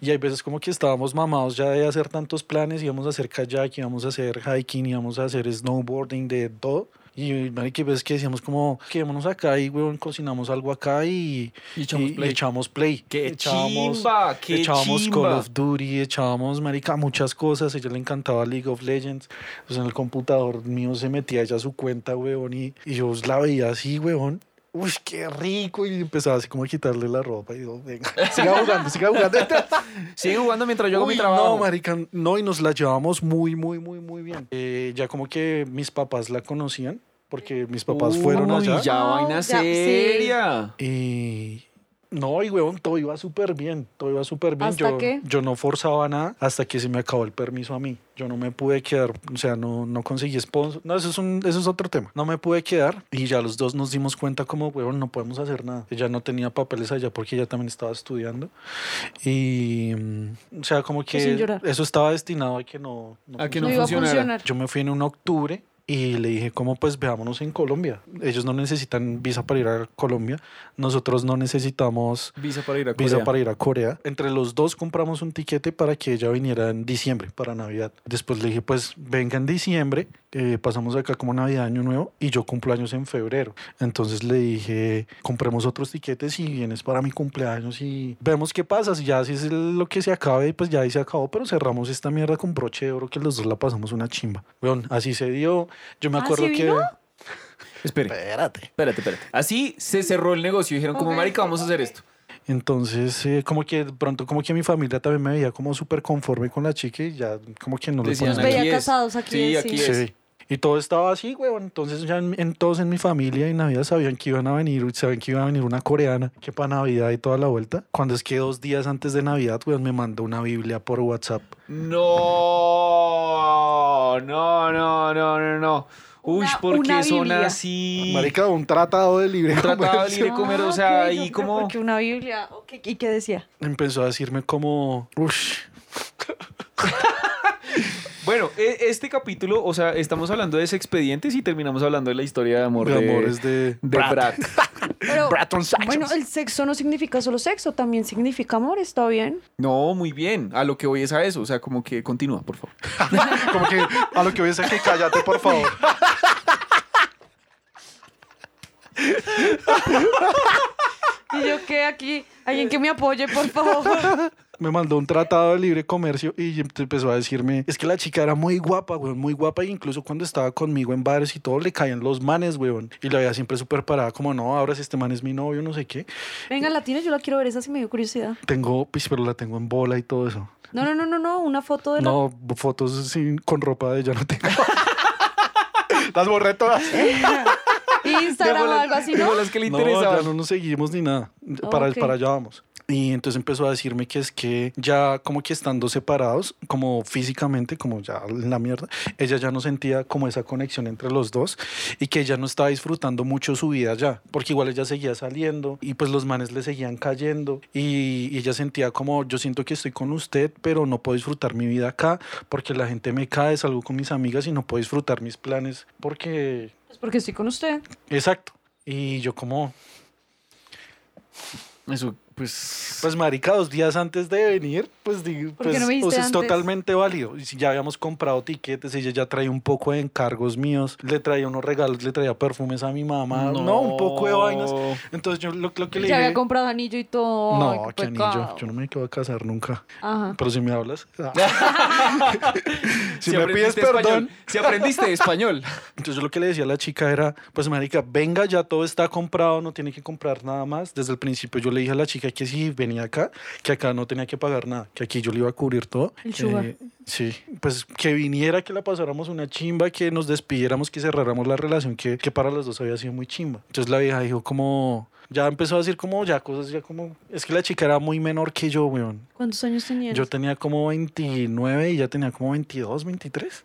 Speaker 1: y hay veces como que estábamos mamados ya de hacer tantos planes, íbamos a hacer kayak, íbamos a hacer hiking, íbamos a hacer snowboarding, de todo. Y que veces que decíamos como, quedémonos acá y weón, cocinamos algo acá y,
Speaker 3: Y echamos play.
Speaker 1: echamos play.
Speaker 3: ¡Qué
Speaker 1: Echábamos-
Speaker 3: chimba! ¡Qué
Speaker 1: echábamos Call
Speaker 3: chimba!
Speaker 1: of Duty, echábamos, marica, muchas cosas. A ella le encantaba League of Legends. Pues en el computador mío se metía ella a su cuenta, weón, y, y yo la veía así, weón. Uy, qué rico. Y empezaba así como a quitarle la ropa. Y digo, venga, siga jugando, siga jugando.
Speaker 3: Sigue jugando mientras yo hago
Speaker 1: Uy,
Speaker 3: mi trabajo.
Speaker 1: No, marica, no, y nos la llevamos muy, muy, muy, muy bien. Eh, ya como que mis papás la conocían. porque mis
Speaker 3: Uh,
Speaker 1: papás fueron allá.
Speaker 3: ya
Speaker 4: No,
Speaker 3: vaina
Speaker 4: ya, sí.
Speaker 3: seria.
Speaker 1: Y no, y weón, todo iba súper bien, todo iba súper bien.
Speaker 4: ¿Hasta
Speaker 1: yo,
Speaker 4: qué?
Speaker 1: yo no forzaba nada hasta que se me acabó el permiso a mí. Yo no me pude quedar, o sea, no, no conseguí sponsor. No, eso es, un, eso es otro tema. No me pude quedar y ya los dos nos dimos cuenta como, weón, no podemos hacer nada. Ella no tenía papeles allá porque ella también estaba estudiando. Y, mm, o sea, como
Speaker 4: Pues sin
Speaker 1: que
Speaker 4: llorar.
Speaker 1: eso estaba destinado a que no... no
Speaker 3: A que
Speaker 4: No,
Speaker 3: no
Speaker 4: iba a
Speaker 3: funcionara.
Speaker 4: funcionar.
Speaker 1: yo me fui en un octubre y le dije, como pues veámonos en Colombia. Ellos no necesitan visa para ir a Colombia. Nosotros no necesitamos
Speaker 3: Visa para ir a
Speaker 1: visa para ir a Corea. Entre los dos compramos un tiquete para que ella viniera en diciembre, para Navidad. Después le dije, pues venga en diciembre, eh, pasamos acá como Navidad, Año Nuevo, y yo cumpleaños en febrero. Entonces le dije, compremos otros tiquetes y vienes para mi cumpleaños y vemos qué pasa. Si ya si es el- lo que se acabe, pues ya ahí se acabó, pero cerramos esta mierda con broche de oro que los dos la pasamos una chimba. Weón, así se dio. Yo me
Speaker 4: ¿Ah,
Speaker 1: acuerdo
Speaker 4: sí
Speaker 1: que...
Speaker 4: vino?
Speaker 3: Espere.
Speaker 1: Espérate.
Speaker 3: Espérate, espérate. Así se cerró el negocio y dijeron, como
Speaker 6: Ok,
Speaker 3: marica, vamos a hacer esto.
Speaker 1: Entonces, eh, como que de pronto, como que mi familia también me veía como súper conforme con la chica y ya como que no le
Speaker 3: Decían,
Speaker 1: ponían
Speaker 4: Nos veía
Speaker 3: "Aquí es".
Speaker 4: casados, aquí
Speaker 3: Sí,
Speaker 4: es,
Speaker 3: aquí
Speaker 4: sí.
Speaker 3: es.
Speaker 1: Sí. Y todo estaba así, weón. Entonces ya en, en- todos en mi familia y Navidad sabían que iban a venir, sabían que iba a venir una coreana, que para Navidad y toda la vuelta. Cuando es que dos días antes de Navidad, weón, me mandó una Biblia por WhatsApp.
Speaker 3: No, no, no, no, no, no. Uy,
Speaker 4: Una-
Speaker 3: ¿por
Speaker 4: una
Speaker 3: qué son
Speaker 4: Biblia.
Speaker 3: así?
Speaker 1: Marica, un tratado de libre
Speaker 3: Un tratado de
Speaker 1: comercio.
Speaker 3: libre comer, o sea,
Speaker 4: Ah, ok,
Speaker 3: y
Speaker 4: yo, pero
Speaker 3: como...
Speaker 4: Porque una Biblia. ok, ¿Y qué decía?
Speaker 1: Empezó a decirme como, uff,
Speaker 3: Bueno, e- este capítulo, o sea, estamos hablando de ese expedientes y terminamos hablando de la historia de amor
Speaker 1: de
Speaker 3: de,
Speaker 1: amores de...
Speaker 3: de Brad.
Speaker 4: Pero,
Speaker 1: Bratton Sachs.
Speaker 4: bueno, el sexo no significa solo sexo, también significa amor, está bien.
Speaker 3: No, muy bien. A lo que voy es a eso. O sea, como que continúa, por favor.
Speaker 1: Como que a lo que ves que cállate, por favor.
Speaker 4: Y yo que aquí, alguien que me apoye, por favor.
Speaker 1: me mandó un tratado de libre comercio y empezó a decirme, es que la chica era muy guapa, weón, muy guapa, e incluso cuando estaba conmigo en bares y todo, le caían los manes, weón, y la veía siempre súper parada, como, no, ahora si este man es mi novio, no sé qué,
Speaker 4: Venga, la tienes, yo la quiero ver, esa sí me dio curiosidad.
Speaker 1: tengo, pues, pero la tengo en bola y todo eso.
Speaker 4: No, no, no, no, no, una foto de la...
Speaker 1: No, fotos sin, con ropa de ella no tengo. Las borré todas.
Speaker 4: Instagram o algo así, ¿no?
Speaker 3: Digo las que le
Speaker 1: no,
Speaker 3: interesaban.
Speaker 1: ya no nos seguimos ni nada. Para,
Speaker 4: Ok.
Speaker 1: para allá vamos. Y entonces empezó a decirme que es que ya como que estando separados, como físicamente, como ya en la mierda, ella ya no sentía como esa conexión entre los dos y que ella no estaba disfrutando mucho su vida ya, porque igual ella seguía saliendo y pues los manes le seguían cayendo y, y ella sentía como yo siento que estoy con usted, pero no puedo disfrutar mi vida acá porque la gente me cae, salgo con mis amigas y no puedo disfrutar mis planes porque
Speaker 4: Pues porque estoy con usted.
Speaker 1: Exacto. Y yo como,
Speaker 3: Eso, pues...
Speaker 1: pues marica, dos días antes de venir, pues, digo,
Speaker 4: ¿Por qué
Speaker 1: pues,
Speaker 4: no me dijiste
Speaker 1: o sea, es
Speaker 4: antes?
Speaker 1: totalmente válido. Y si ya habíamos comprado tiquetes, ella ya traía un poco de encargos míos, le traía unos regalos, le traía perfumes a mi
Speaker 3: Ah,
Speaker 1: mamá, no, un poco de vainas. Entonces yo lo, lo que le
Speaker 4: ya
Speaker 1: dije...
Speaker 4: había comprado anillo y todo. Ay,
Speaker 1: No,
Speaker 4: qué
Speaker 1: que anillo,
Speaker 4: pecado.
Speaker 1: yo no me quedo a casar nunca.
Speaker 4: Ajá.
Speaker 1: Pero si me hablas, si, me pides
Speaker 3: aprendiste
Speaker 1: perdón,
Speaker 3: español, Si aprendiste español.
Speaker 1: Entonces yo lo que le decía a la chica era, pues marica, venga, ya todo está comprado, no tiene que comprar nada más. Desde el principio yo le dije a la chica que si venía acá, que acá no tenía que pagar nada, que aquí yo le iba a cubrir todo. Eh,
Speaker 4: El sugar.
Speaker 1: sí, pues que viniera, que la pasáramos una chimba, que nos despidiéramos, que cerráramos la relación, que, que para los dos había sido muy chimba. Entonces la vieja dijo como, ya empezó a decir como ya cosas, ya como, es que la chica era muy menor que yo, weón.
Speaker 4: ¿Cuántos años tenías?
Speaker 1: Yo tenía como 29 y ya tenía como 22, 23.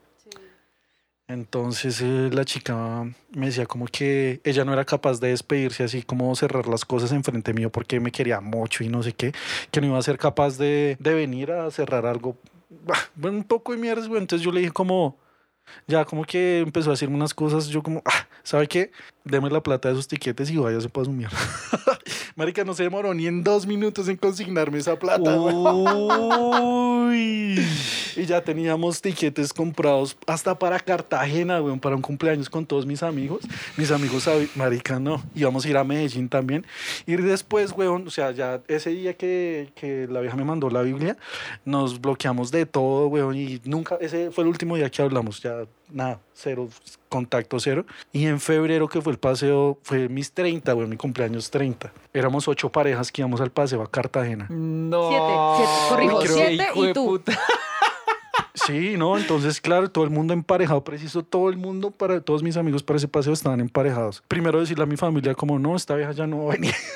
Speaker 1: Entonces eh, la chica me decía como que ella no era capaz de despedirse así como cerrar las cosas enfrente mío porque me quería mucho y no sé qué, que no iba a ser capaz de, de venir a cerrar algo. Bueno, un poco de mierda, güey. Entonces yo le dije como, ya como que empezó a decirme unas cosas, yo como, "Ah, ¿sabe qué? Deme la plata de esos tiquetes y váyase para su mierda. Marica, no se demoró ni en dos minutos en consignarme esa plata, güey.
Speaker 3: Uy.
Speaker 1: Y ya teníamos tiquetes comprados hasta para Cartagena, weón, para un cumpleaños con todos mis amigos. Mis amigos, sabi- marica, no. Íbamos a ir a Medellín también. Y después, weón, o sea, ya ese día que, que la vieja me mandó la Biblia, nos bloqueamos de todo, weón, y nunca, ese fue el último día que hablamos, ya nada, cero, contacto cero. Y en febrero, que fue el paseo, fue mis 30, weón, mi cumpleaños 30. Éramos ocho parejas que íbamos al paseo a Cartagena.
Speaker 3: No.
Speaker 4: Siete, siete, corrijo,
Speaker 3: Uy, creo-
Speaker 4: siete
Speaker 3: hijo
Speaker 4: y
Speaker 3: de
Speaker 4: tú.
Speaker 3: puta.
Speaker 1: Sí, no, entonces, claro, todo el mundo emparejado, preciso todo el mundo, para todos mis amigos para ese paseo estaban emparejados. Primero decirle a mi familia como, no, esta vieja ya no va a venir.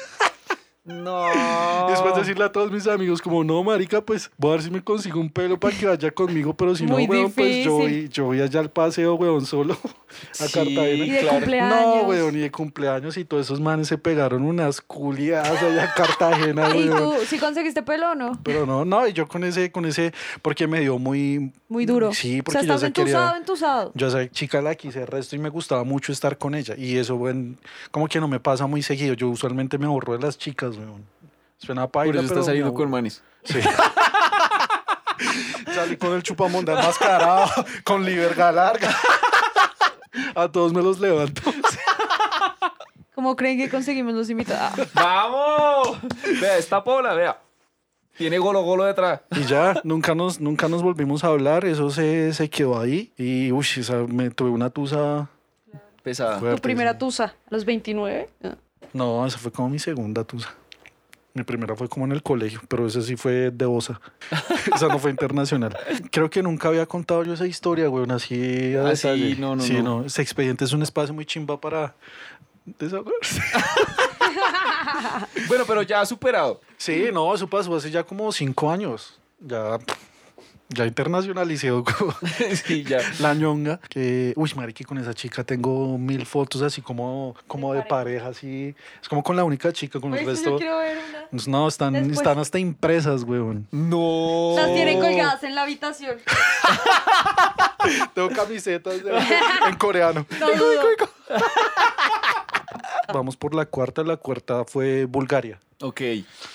Speaker 3: No.
Speaker 1: Y
Speaker 4: Ah.
Speaker 1: después decirle a todos mis amigos como, no, marica, pues voy a ver si me consigo un pelo para que vaya conmigo, pero si no,
Speaker 4: Muy
Speaker 1: weón, pues yo
Speaker 4: difícil.
Speaker 1: voy, yo voy allá al paseo, weón, solo a
Speaker 3: Sí,
Speaker 1: Cartagena.
Speaker 4: Y de
Speaker 1: No,
Speaker 4: cumpleaños.
Speaker 1: weón, y de cumpleaños y todos esos manes se pegaron unas culiadas allá a Cartagena,
Speaker 4: ¿Y
Speaker 1: weón.
Speaker 4: tú, si conseguiste pelo o no?
Speaker 1: Pero no, no, y yo con ese, con ese, porque me dio muy...
Speaker 4: Muy duro.
Speaker 1: Sí,
Speaker 4: O
Speaker 1: porque
Speaker 4: sea,
Speaker 1: yo
Speaker 4: estás
Speaker 1: se quería...
Speaker 4: entusado, entusado.
Speaker 1: Yo a esa chica la quise el resto y me gustaba mucho estar con ella. Y eso, bueno, como que no me pasa muy seguido. Yo usualmente me borro de las chicas, weón. Suena paila,
Speaker 3: Por eso
Speaker 1: pero
Speaker 3: está
Speaker 1: me
Speaker 3: saliendo
Speaker 1: aburro.
Speaker 3: con manes.
Speaker 1: Sí. Salí con el chupamondal mascarado, con liberga larga. A todos me los levanto.
Speaker 4: ¿Cómo creen que conseguimos los invitados? Ah,
Speaker 3: ¡Vamos! Vea, esta pola, vea. Tiene golo golo detrás.
Speaker 1: Y ya, nunca nos, nunca nos volvimos a hablar. Eso se, se quedó ahí. Y, uy, esa- me tuve una tusa
Speaker 3: Pesada.
Speaker 1: fuerte.
Speaker 4: tu primera tusa, a los 29. Ah.
Speaker 1: No, esa fue como mi segunda tusa. Mi primera fue como en el colegio, pero esa sí fue de Bosa. esa no fue internacional. Creo que nunca había contado yo esa historia, güey. Así, a
Speaker 3: Así,
Speaker 1: detalle.
Speaker 3: Ah, no, no,
Speaker 1: Sí,
Speaker 3: no.
Speaker 1: Ese expediente es un espacio muy chimba para desahogarse.
Speaker 3: Bueno, pero ya ha superado.
Speaker 1: sí, no, eso pasó hace ya como cinco años. Ya, ya internacionalicé como
Speaker 3: sí, ya.
Speaker 1: la ñonga. Que, uy, marica, y con esa chica tengo mil fotos así como, como de, pareja. así. Es como con la única chica, con el
Speaker 4: Ay, sí,
Speaker 1: resto.
Speaker 4: yo quiero ver una.
Speaker 1: Pues No, están,
Speaker 4: Después-
Speaker 1: están hasta impresas, weón.
Speaker 3: No.
Speaker 4: Las tienen colgadas en la habitación.
Speaker 1: Tengo camisetas de- en coreano.
Speaker 4: No dudo.
Speaker 1: Vamos por la cuarta. La cuarta fue Bulgaria.
Speaker 3: Ok.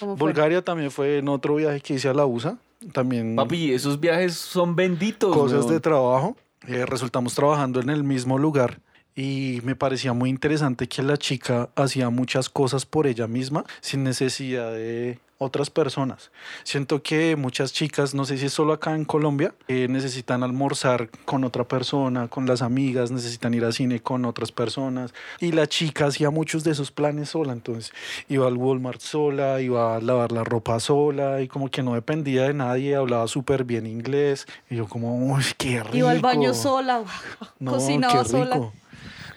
Speaker 4: ¿Cómo fue?
Speaker 1: Bulgaria también fue en otro viaje que hice a la USA. También
Speaker 3: Papi, esos viajes son benditos.
Speaker 1: cosas
Speaker 3: weón.
Speaker 1: de trabajo. Eh, resultamos trabajando en el mismo lugar. Y me parecía muy interesante que la chica hacía muchas cosas por ella misma sin necesidad de otras personas. Siento que muchas chicas, no sé si es solo acá en Colombia, eh, necesitan almorzar con otra persona, con las amigas, necesitan ir al cine con otras personas. Y la chica hacía muchos de esos planes sola, entonces iba al Walmart sola, iba a lavar la ropa sola y como que no dependía de nadie, hablaba súper bien inglés. Y yo como, uy, qué rico.
Speaker 4: Iba al baño sola, guau.
Speaker 1: No,
Speaker 4: cocinaba
Speaker 1: qué
Speaker 4: sola.
Speaker 1: rico.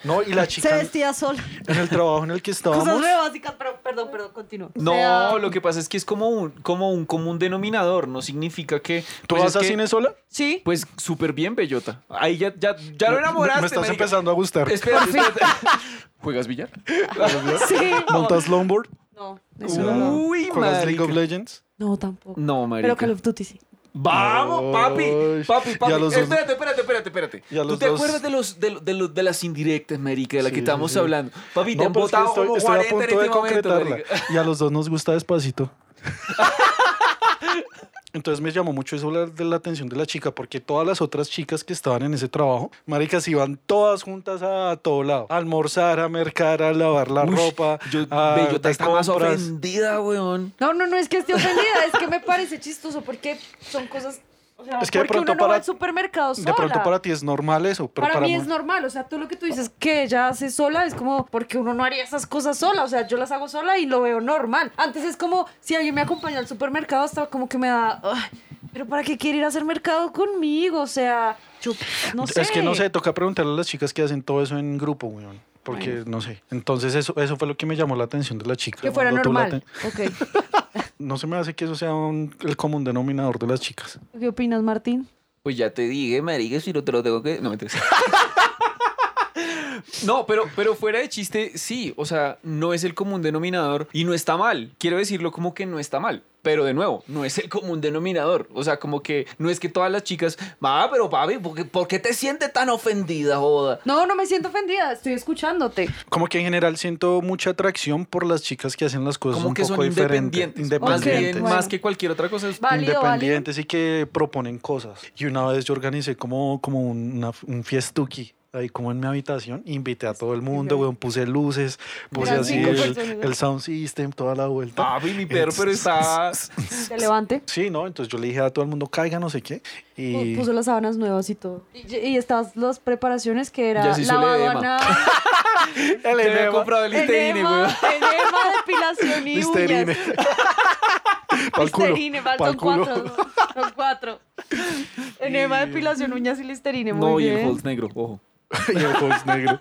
Speaker 1: No, y la
Speaker 4: Se
Speaker 1: chica en-
Speaker 4: vestía sola.
Speaker 1: en el trabajo en el que
Speaker 4: Cosas
Speaker 1: estábamos.
Speaker 4: re básicas, pero perdón, perdón, continúo.
Speaker 3: No,
Speaker 4: O sea,
Speaker 3: lo que pasa es que es como un, como un común denominador, no significa que...
Speaker 1: ¿Tú
Speaker 3: pues
Speaker 1: vas
Speaker 3: es
Speaker 1: a
Speaker 3: que-
Speaker 1: cine sola?
Speaker 4: Sí.
Speaker 3: Pues súper bien, Bellota. Ahí ya, ya, ya lo
Speaker 1: Me-
Speaker 3: enamoraste.
Speaker 1: Me estás
Speaker 3: marica.
Speaker 1: empezando a gustar.
Speaker 3: Espérate, espérate. ¿Juegas billar?
Speaker 1: Pues-
Speaker 4: Sí.
Speaker 1: ¿Montas longboard?
Speaker 4: No, eso
Speaker 1: Uh.
Speaker 4: no.
Speaker 3: Uy,
Speaker 1: ¿Juegas League of
Speaker 3: marica.
Speaker 1: Legends?
Speaker 4: No, tampoco.
Speaker 3: No,
Speaker 4: Pero
Speaker 3: marica.
Speaker 4: Call of Duty sí.
Speaker 3: ¡Vamos,
Speaker 1: Ay.
Speaker 3: papi! Papi,
Speaker 1: Y
Speaker 3: papi.
Speaker 1: a los dos-
Speaker 3: Espérate, espérate, espérate, espérate.
Speaker 1: Y a
Speaker 3: ¿Tú
Speaker 1: los
Speaker 3: te
Speaker 1: dos-
Speaker 3: acuerdas de, los, de, lo- de, lo- de las indirectas, marica, de la
Speaker 1: Sí,
Speaker 3: que
Speaker 1: sí,
Speaker 3: estamos
Speaker 1: sí.
Speaker 3: hablando? Papi, te han
Speaker 1: pero es que
Speaker 3: botado
Speaker 1: estoy-
Speaker 3: como
Speaker 1: estoy
Speaker 3: 40 en este momento,
Speaker 1: concretarla.
Speaker 3: marica.
Speaker 1: Y a los dos nos gusta despacito. Entonces me llamó mucho eso la, de la atención de la chica, porque todas las otras chicas que estaban en ese trabajo, maricas, iban todas juntas a todo lado. A almorzar, a mercar, a lavar la
Speaker 3: Uy,
Speaker 1: ropa.
Speaker 3: Yo,
Speaker 1: a,
Speaker 3: Bellota
Speaker 1: de
Speaker 3: está más
Speaker 1: compras.
Speaker 3: ofendida, weón.
Speaker 4: No, no, no, es que estoy ofendida, es que me parece chistoso porque son cosas. O sea,
Speaker 1: Es que de
Speaker 4: porque
Speaker 1: pronto
Speaker 4: uno no va
Speaker 1: para-
Speaker 4: al supermercado sola.
Speaker 1: De pronto para ti es normal eso, pero
Speaker 4: Para
Speaker 1: para,
Speaker 4: mí
Speaker 1: mu-
Speaker 4: es normal, o sea, tú lo que tú dices que ella hace sola es como porque uno no haría esas cosas sola, o sea, yo las hago sola y lo veo normal. Antes es como si alguien me acompaña al supermercado, hasta como que me da, "Ay, pero ¿para qué quiere ir a hacer mercado conmigo? O sea, yo no sé.
Speaker 1: Es que no sé, toca preguntarle a las chicas que hacen todo eso en grupo, weón. Porque no sé. Entonces, eso, eso fue lo que me llamó la atención de la chica.
Speaker 4: Que fuera
Speaker 1: Cuando tú la
Speaker 4: normal. Ok.
Speaker 1: te- No se me hace que eso sea un- el común denominador de las chicas.
Speaker 4: ¿Qué opinas, Martín?
Speaker 3: Pues ya te dije, marica, si no te lo tengo que... No, mentiras. No, pero, pero fuera de chiste, sí, o sea, no es el común denominador y no está mal. Quiero decirlo como que no está mal, pero de nuevo, no es el común denominador. O sea, como que no es que todas las chicas, ah, pero papi, ¿por qué, por qué te sientes tan ofendida, joda?
Speaker 4: No, no me siento ofendida, estoy escuchándote.
Speaker 1: Como que en general siento mucha atracción por las chicas que hacen las cosas
Speaker 3: Como
Speaker 1: Pues un
Speaker 3: que
Speaker 1: poco
Speaker 3: son
Speaker 1: diferente,
Speaker 3: independientes. Más, bien,
Speaker 1: independientes.
Speaker 4: bueno.
Speaker 3: más que cualquier otra cosa. es-
Speaker 4: Válido, válido.
Speaker 1: independientes y que proponen cosas. Y una vez yo organicé como, como una- un fiestuki. Ahí como en mi habitación, invité a todo el mundo, weón, puse luces, puse
Speaker 4: Eran
Speaker 1: así
Speaker 4: cinco
Speaker 1: el,
Speaker 4: personas.
Speaker 1: el sound system, toda la vuelta.
Speaker 3: Papi, mi perro, pero está...
Speaker 4: Te levante.
Speaker 1: Sí, no, entonces yo le dije a todo el mundo, caiga, no sé qué. Y
Speaker 4: Pu- Puso las sábanas nuevas y todo. Y, y estas las preparaciones que
Speaker 3: Ya
Speaker 4: era
Speaker 3: se hizo el
Speaker 4: lavado
Speaker 3: edema.
Speaker 4: anal,
Speaker 1: el
Speaker 3: Te había
Speaker 1: enema,
Speaker 3: comprado el Listerine,
Speaker 4: enema,
Speaker 3: weón.
Speaker 4: enema, depilación y
Speaker 1: Listerine.
Speaker 4: uñas.
Speaker 1: Pa'l culo,
Speaker 4: Listerine, faltan
Speaker 1: pa'l culo.
Speaker 4: cuatro. Son cuatro. Enema, depilación, uñas y listerine. Muy
Speaker 3: No, y
Speaker 4: bien.
Speaker 3: el Halls negro, ojo.
Speaker 1: y el Fox negro.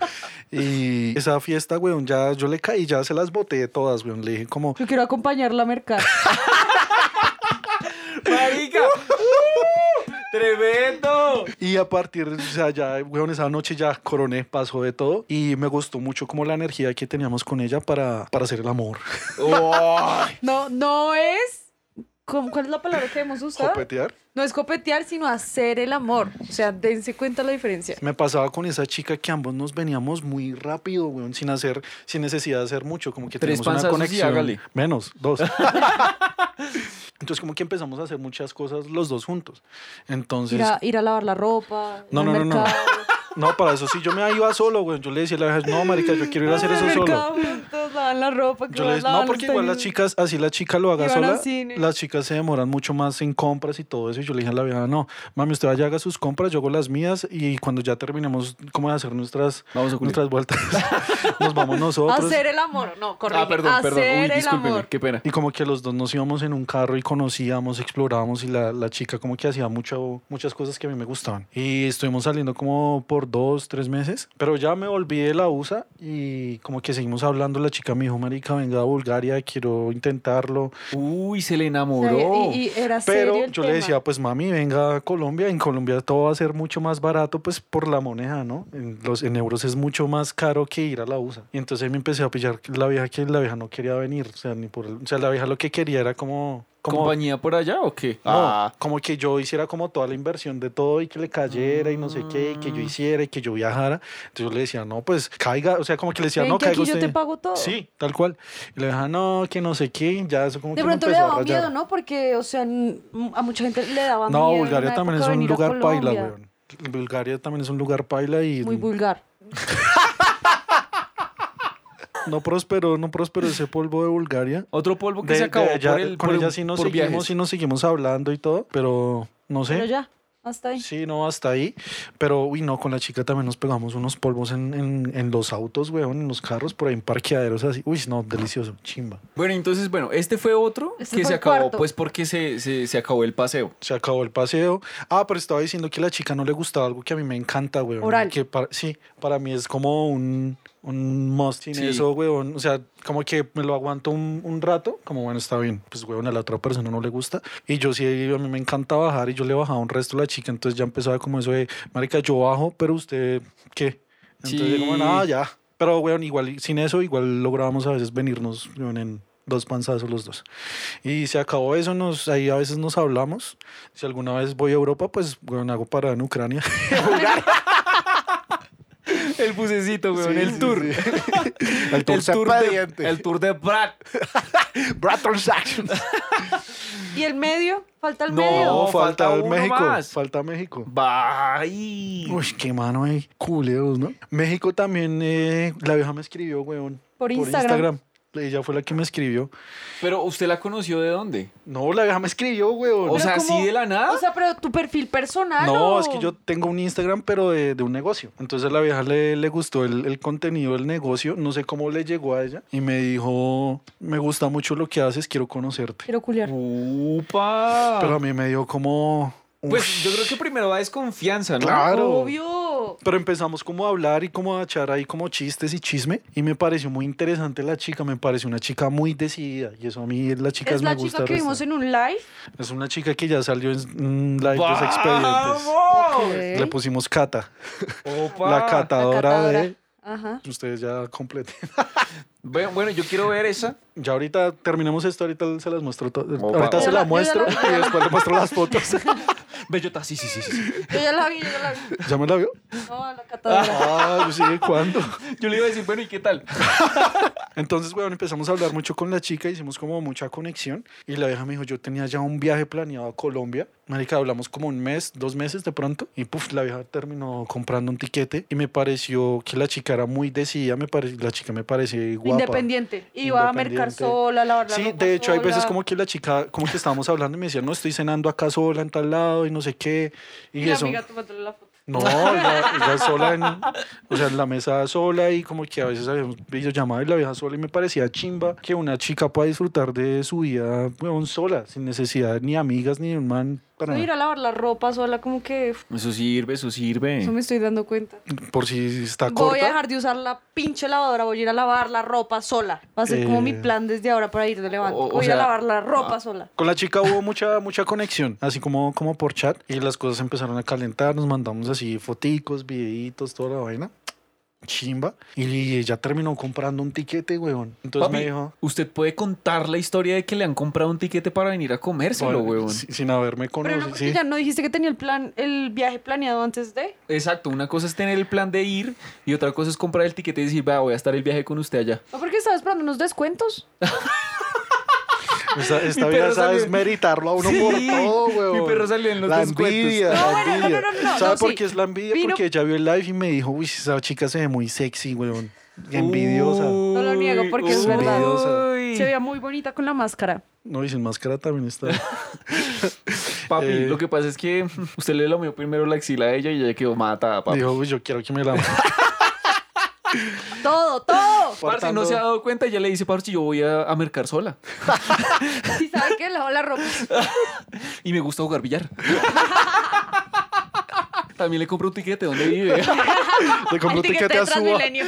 Speaker 1: Y esa fiesta, weón, ya yo le caí, ya se las boté todas, weón. Le dije como,
Speaker 4: Yo quiero acompañarla a mercar.
Speaker 3: ¡Marica! ¡Tremendo!
Speaker 1: Y a partir, o sea, ya, weón, esa noche ya coroné, pasó de todo y me gustó mucho como la energía que teníamos con ella para, para hacer el amor.
Speaker 4: No, no es. ¿cómo- ¿Cuál es la palabra que hemos usado?
Speaker 1: Copetear.
Speaker 4: No es copetear, sino hacer el amor. O sea, dense cuenta la diferencia.
Speaker 1: Me pasaba con esa chica que ambos nos veníamos muy rápido, weón, sin hacer, sin necesidad de hacer mucho, como que
Speaker 3: Tres
Speaker 1: tenemos una
Speaker 3: panzazos y
Speaker 1: conexión.
Speaker 3: hágale.
Speaker 1: Menos, dos. Entonces, como que empezamos a hacer muchas cosas los dos juntos. Entonces,
Speaker 4: Ir a, ir a lavar la ropa.
Speaker 1: No,
Speaker 4: ir al
Speaker 1: no, no, no.
Speaker 4: mercado.
Speaker 1: no, para eso sí, yo me iba solo, weón. Yo le decía a la vieja, no, marica, yo quiero ir a hacer
Speaker 4: Al
Speaker 1: eso solo.
Speaker 4: mercado juntos, lavan la ropa. que
Speaker 1: Yo les-
Speaker 4: van, lavan
Speaker 1: no, porque
Speaker 4: los
Speaker 1: igual las
Speaker 4: tenis.
Speaker 1: chicas, así la chica lo haga
Speaker 4: Iban al
Speaker 1: sola,
Speaker 4: cine.
Speaker 1: las chicas se demoran mucho más en compras y todo eso. Y yo le dije a la vieja, no, mami, usted vaya, haga sus compras, yo hago las mías y cuando ya terminemos como de hacer nuestras,
Speaker 3: Vamos a culiar.
Speaker 1: nuestras vueltas, nos vamos nosotros.
Speaker 4: Hacer el amor. No, correcto.
Speaker 3: Ah, perdón,
Speaker 4: hacer
Speaker 3: perdón. Uy,
Speaker 4: el
Speaker 3: discúlpeme,
Speaker 4: amor.
Speaker 3: qué pena.
Speaker 1: Y como que los dos nos íbamos en un carro y conocíamos, explorábamos y la, la chica como que hacía mucho, muchas cosas que a mí me gustaban. Y estuvimos saliendo como por dos, tres meses, pero ya me volví de la USA y como que seguimos hablando, la chica me dijo, marica, venga a Bulgaria, quiero intentarlo.
Speaker 3: Uy, se le
Speaker 4: O sea,
Speaker 3: enamoró.
Speaker 4: y, y era
Speaker 1: Pero
Speaker 4: serio el
Speaker 1: yo
Speaker 4: tema.
Speaker 1: le decía, pues mami, venga a Colombia. En Colombia todo va a ser mucho más barato, pues por la moneda, ¿no? En, los, en euros es mucho más caro que ir a la USA. Y entonces me empecé a pillar que la vieja que la vieja no quería venir. O sea, ni por, el- o sea la vieja lo que quería era como. como
Speaker 3: ¿Compañía por allá o qué?
Speaker 1: no, como que yo hiciera como toda la inversión de todo y que le cayera y no sé qué, y que
Speaker 4: Mm.
Speaker 1: yo hiciera y que yo viajara. Entonces yo le decía, no, pues caiga, o sea, como que le decía,
Speaker 4: Ven
Speaker 1: no,
Speaker 4: que aquí
Speaker 1: caiga
Speaker 4: yo
Speaker 1: usted.
Speaker 4: te pago todo.
Speaker 1: Sí, tal cual. Y le dije, "Ah, no, que no sé qué, ya eso como
Speaker 4: De
Speaker 1: que me
Speaker 4: pronto le
Speaker 1: empezó a
Speaker 4: daba
Speaker 1: rayar.
Speaker 4: miedo, ¿no? Porque, o sea, n- a mucha gente le daba miedo.
Speaker 1: No,
Speaker 4: en
Speaker 1: Bulgaria
Speaker 4: una
Speaker 1: también
Speaker 4: época
Speaker 1: es un
Speaker 4: venir a
Speaker 1: lugar paila,
Speaker 4: Colombia.
Speaker 1: weón. Bulgaria también es un lugar paila y
Speaker 4: Muy vulgar.
Speaker 1: no prosperó, no prosperó ese polvo de Bulgaria.
Speaker 3: Otro polvo que
Speaker 1: De-
Speaker 3: se
Speaker 1: de
Speaker 3: acabó
Speaker 1: allá-
Speaker 3: por el
Speaker 1: con
Speaker 3: por,
Speaker 1: ella sí nos
Speaker 3: por
Speaker 1: seguimos,
Speaker 3: viajes.
Speaker 1: sí nos seguimos hablando y todo, pero no sé.
Speaker 4: Pero ya, hasta ahí.
Speaker 1: Sí, no, hasta ahí. Pero, uy, no, con la chica también nos pegamos unos polvos en, en- en los autos, weón, en los carros, por ahí en parqueaderos así. Uy, no, delicioso, chimba.
Speaker 3: Bueno, entonces, bueno, este fue otro
Speaker 4: Este
Speaker 3: que
Speaker 4: fue
Speaker 3: se
Speaker 4: el
Speaker 3: acabó,
Speaker 4: cuarto.
Speaker 3: pues porque se, se, se acabó el paseo.
Speaker 1: Se acabó el paseo. Ah, pero estaba diciendo que a la chica no le gustaba algo que a mí me encanta, weón.
Speaker 4: Oral.
Speaker 1: Que para- sí, para mí es como un, un must in
Speaker 3: Sí.
Speaker 1: eso, weón. O sea, como que me lo aguanto un, un rato, como bueno, está bien. Pues, weón, a la otra persona no le gusta. Y yo sí, a mí me encanta bajar y yo le bajaba un resto a la chica. Entonces ya empezaba como eso de, marica, yo bajo, pero usted, ¿qué? Entonces yo como,
Speaker 3: Sí.
Speaker 1: nada, ya. Pero, weón, igual, sin eso, igual lográbamos a veces venirnos, weón, en dos panzazos los dos. Y se acabó eso, nos, ahí a veces nos hablamos. Si alguna vez voy a Europa, pues bueno, hago parada en Ucrania.
Speaker 3: El bucecito, weón, el tour.
Speaker 1: El tour
Speaker 3: de, el tour de Brad.
Speaker 1: Brad Transactions.
Speaker 4: ¿Y el medio? ¿Falta el
Speaker 3: No.
Speaker 1: No,
Speaker 4: medio?
Speaker 1: falta,
Speaker 3: falta uno
Speaker 1: México.
Speaker 3: más.
Speaker 1: Falta México.
Speaker 3: Bye.
Speaker 1: Uy, qué mano hay culeos, ¿no? México también, eh, la vieja me escribió, weón.
Speaker 4: Por Instagram.
Speaker 1: Ella fue la que me escribió.
Speaker 3: Pero usted la conoció de dónde?
Speaker 1: No, la vieja me escribió, weón.
Speaker 3: O
Speaker 4: Pero
Speaker 3: sea,
Speaker 4: como-
Speaker 3: así de la nada.
Speaker 4: O sea, pero tu perfil personal.
Speaker 1: No,
Speaker 4: ¿o?
Speaker 1: es que yo tengo un Instagram, pero de, de un negocio. Entonces a la vieja le, le gustó el, el contenido del negocio. No sé cómo le llegó a ella. Y me dijo, me gusta mucho lo que haces, quiero conocerte.
Speaker 4: Quiero culiar.
Speaker 3: Upa.
Speaker 1: Pero a mí me dio como...
Speaker 3: pues yo creo que primero va desconfianza, ¿no?
Speaker 1: Claro.
Speaker 4: Obvio.
Speaker 1: Pero empezamos como a hablar y como a echar ahí como chistes y chisme. Y me pareció muy interesante la chica. Me pareció una chica muy decidida. Y eso a mí las chicas
Speaker 4: Es
Speaker 1: me
Speaker 4: la
Speaker 1: gusta.
Speaker 4: chica que
Speaker 1: resto.
Speaker 4: vimos en un live.
Speaker 1: Es una chica que ya salió en mm, live de los expedientes.
Speaker 3: ¡Vamos!
Speaker 1: Le pusimos Cata.
Speaker 3: Opa.
Speaker 1: La catadora, de...
Speaker 4: Ajá.
Speaker 1: Ustedes ya completen.
Speaker 3: Bueno, bueno, yo quiero ver esa.
Speaker 1: Ya ahorita terminemos esto, ahorita se las muestro. to-
Speaker 3: Opa.
Speaker 1: ahorita
Speaker 4: Yo
Speaker 1: se
Speaker 4: la-
Speaker 1: la
Speaker 4: yo
Speaker 1: muestro
Speaker 4: ya la-
Speaker 1: y después le muestro las fotos.
Speaker 3: Bellota, sí, sí, sí, sí.
Speaker 4: Yo ya la vi, yo ya la vi.
Speaker 1: ¿Ya me la vio?
Speaker 4: No, a la catadora.
Speaker 1: Ah, yo sí, ¿cuándo?
Speaker 3: Yo le iba a decir, bueno, ¿y qué tal?
Speaker 1: Entonces, weón, empezamos a hablar mucho con la chica, hicimos como mucha conexión y la vieja me dijo, yo tenía ya un viaje planeado a Colombia. Marica, hablamos como un mes, dos meses de pronto y puf, la vieja terminó comprando un tiquete y me pareció que la chica era muy decidida, me pare- la chica me parece guapa.
Speaker 4: Independiente. Iba a mercar
Speaker 1: Independiente.
Speaker 4: sola, lavar la
Speaker 1: Sí,
Speaker 4: ropa
Speaker 1: de hecho hay veces
Speaker 4: sola.
Speaker 1: como que la chica, como que estábamos hablando y me decía, no, estoy cenando acá sola en tal lado y no sé qué. Y,
Speaker 4: Y la
Speaker 1: eso.
Speaker 4: amiga tomándole la foto.
Speaker 1: No, ella, ella sola, en, o sea, en la mesa sola y como que a veces habíamos videollamada y la vieja sola y me parecía chimba que una chica pueda disfrutar de su vida weón, sola, sin necesidad ni de amigas ni de un man
Speaker 4: No,
Speaker 7: para
Speaker 4: ir
Speaker 7: nada.
Speaker 4: a lavar la ropa sola, como que uf,
Speaker 3: Eso sirve, eso
Speaker 4: eso
Speaker 3: sirve.
Speaker 4: me estoy dando cuenta.
Speaker 1: Por si está
Speaker 4: Voy a
Speaker 1: corta.
Speaker 4: dejar de usar la pinche lavadora, voy a ir a lavar la ropa sola. Va a ser como mi
Speaker 1: Eh.
Speaker 4: plan desde ahora para ir de levanto.
Speaker 3: O- o
Speaker 4: voy a
Speaker 3: sea, ah.
Speaker 4: lavar la ropa sola.
Speaker 1: Con la chica hubo mucha, mucha conexión, así como, como por chat, y las cosas empezaron a calentar, nos mandamos así foticos, videitos, toda la vaina. Chimba. Y ella terminó comprando un tiquete, weón. Entonces
Speaker 3: Papi,
Speaker 1: me dijo,
Speaker 3: Usted puede contar la historia de que le han comprado un tiquete para venir a comérselo,
Speaker 1: bueno,
Speaker 3: huevón.
Speaker 1: si- sin haberme
Speaker 4: Pero no,
Speaker 1: conocido.
Speaker 4: porque
Speaker 1: Oh, sí.
Speaker 4: ya no dijiste que tenía el plan, el viaje planeado antes de.
Speaker 3: Exacto, una cosa es tener el plan de ir y otra cosa es comprar el tiquete y decir, va, voy a estar el viaje con usted allá.
Speaker 4: No, porque estaba esperando unos descuentos.
Speaker 1: Esta, esta
Speaker 3: Mi
Speaker 1: vida
Speaker 3: perro
Speaker 1: sabes
Speaker 3: salió-
Speaker 1: meritarlo a uno
Speaker 3: Sí,
Speaker 1: por todo,
Speaker 3: mi
Speaker 1: weón.
Speaker 3: perro salió en los
Speaker 1: la
Speaker 3: descuentos.
Speaker 1: envidia,
Speaker 4: No,
Speaker 1: la
Speaker 4: bueno, no,
Speaker 1: envidia.
Speaker 4: no, no, no,
Speaker 1: ¿Sabe
Speaker 4: no,
Speaker 1: por
Speaker 4: sí.
Speaker 1: qué es la envidia?
Speaker 4: Vino-
Speaker 1: Porque ella vio el live y me dijo, uy, esa chica se ve muy sexy, weón.
Speaker 3: Uh.
Speaker 1: Envidiosa.
Speaker 4: No lo niego, porque
Speaker 1: es verdad.
Speaker 3: Uy.
Speaker 4: Se veía muy bonita con la máscara.
Speaker 1: No, y sin máscara también está.
Speaker 3: Papi,
Speaker 1: Eh.
Speaker 3: lo que pasa es que usted le lamió primero la axila a ella y ella quedó matada, papi.
Speaker 1: Dijo, uy, yo quiero que me la...
Speaker 4: Todo, todo.
Speaker 3: Parce, no
Speaker 1: portando-
Speaker 3: se ha dado cuenta, ya le dice, Parce, yo voy a, a mercar sola.
Speaker 4: Y sabe que lavó la ropa.
Speaker 3: Y me gusta jugar billar. También le compré un tiquete, ¿dónde vive?
Speaker 1: Le compró
Speaker 4: el
Speaker 1: un tiquete
Speaker 4: tiquete
Speaker 1: a
Speaker 4: de
Speaker 1: Suba.
Speaker 4: Transmilenio.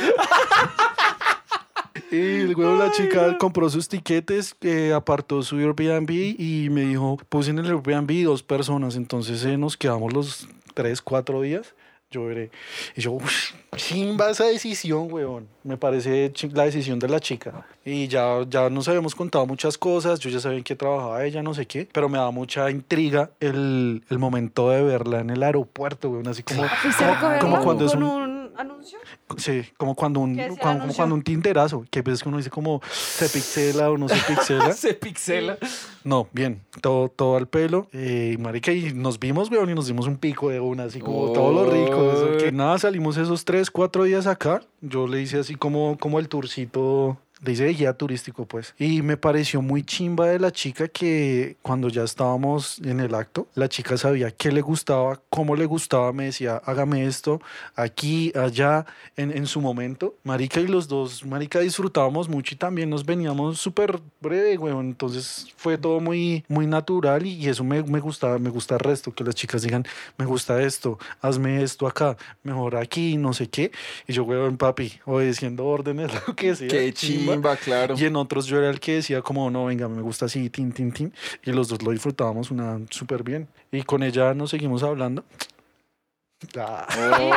Speaker 1: Y el huevo, la chica compró sus tiquetes, eh, apartó su Airbnb y me dijo, puse en el Airbnb dos personas, entonces eh, nos quedamos los tres, cuatro días. Yo veré. Y yo, "Ush, chimba esa decisión, weón. Me parece chi- la decisión de la chica. Y ya, ya nos habíamos contado muchas cosas, yo ya sabía en qué trabajaba ella, no sé qué, pero me daba mucha intriga el, el momento de verla en el aeropuerto, weón, así como,
Speaker 4: Fuiste a
Speaker 1: como-
Speaker 4: recogerla
Speaker 1: como cuando es
Speaker 4: con
Speaker 1: un,
Speaker 4: un... anuncio.
Speaker 1: Sí, como cuando un,
Speaker 4: ¿Qué decía el
Speaker 1: cuando, como
Speaker 4: anuncio?
Speaker 1: cuando un tinderazo, que a veces que uno dice como se pixela o no se pixela.
Speaker 3: se pixela.
Speaker 1: No, bien, todo, todo al pelo. Eh, marica, y nos vimos, weón, y nos dimos un pico de una, así como todo lo rico. eso, que nada, salimos esos tres, cuatro días acá. Yo le hice así como, como el tourcito, le hice de guía turístico, pues. Y me pareció muy chimba de la chica que cuando ya estábamos en el acto, la chica sabía qué le gustaba, cómo le gustaba. Me decía, hágame esto, aquí, allá, en, en su momento. Marica y los dos, Marica, disfrutábamos mucho y también nos veníamos súper breve, weón. Entonces fue todo muy, muy natural y, y eso me, me gusta, me gusta el resto, que las chicas digan, me gusta esto, hazme esto acá, mejor aquí, no sé qué. Y yo, weón, papi, obedeciendo órdenes, lo que sea.
Speaker 3: Qué chimba, claro.
Speaker 1: Y en otros yo era el que decía como, no, venga, me gusta así, tin, tin, tin. Y los dos lo disfrutábamos una súper bien. Y con ella nos seguimos hablando. Ah,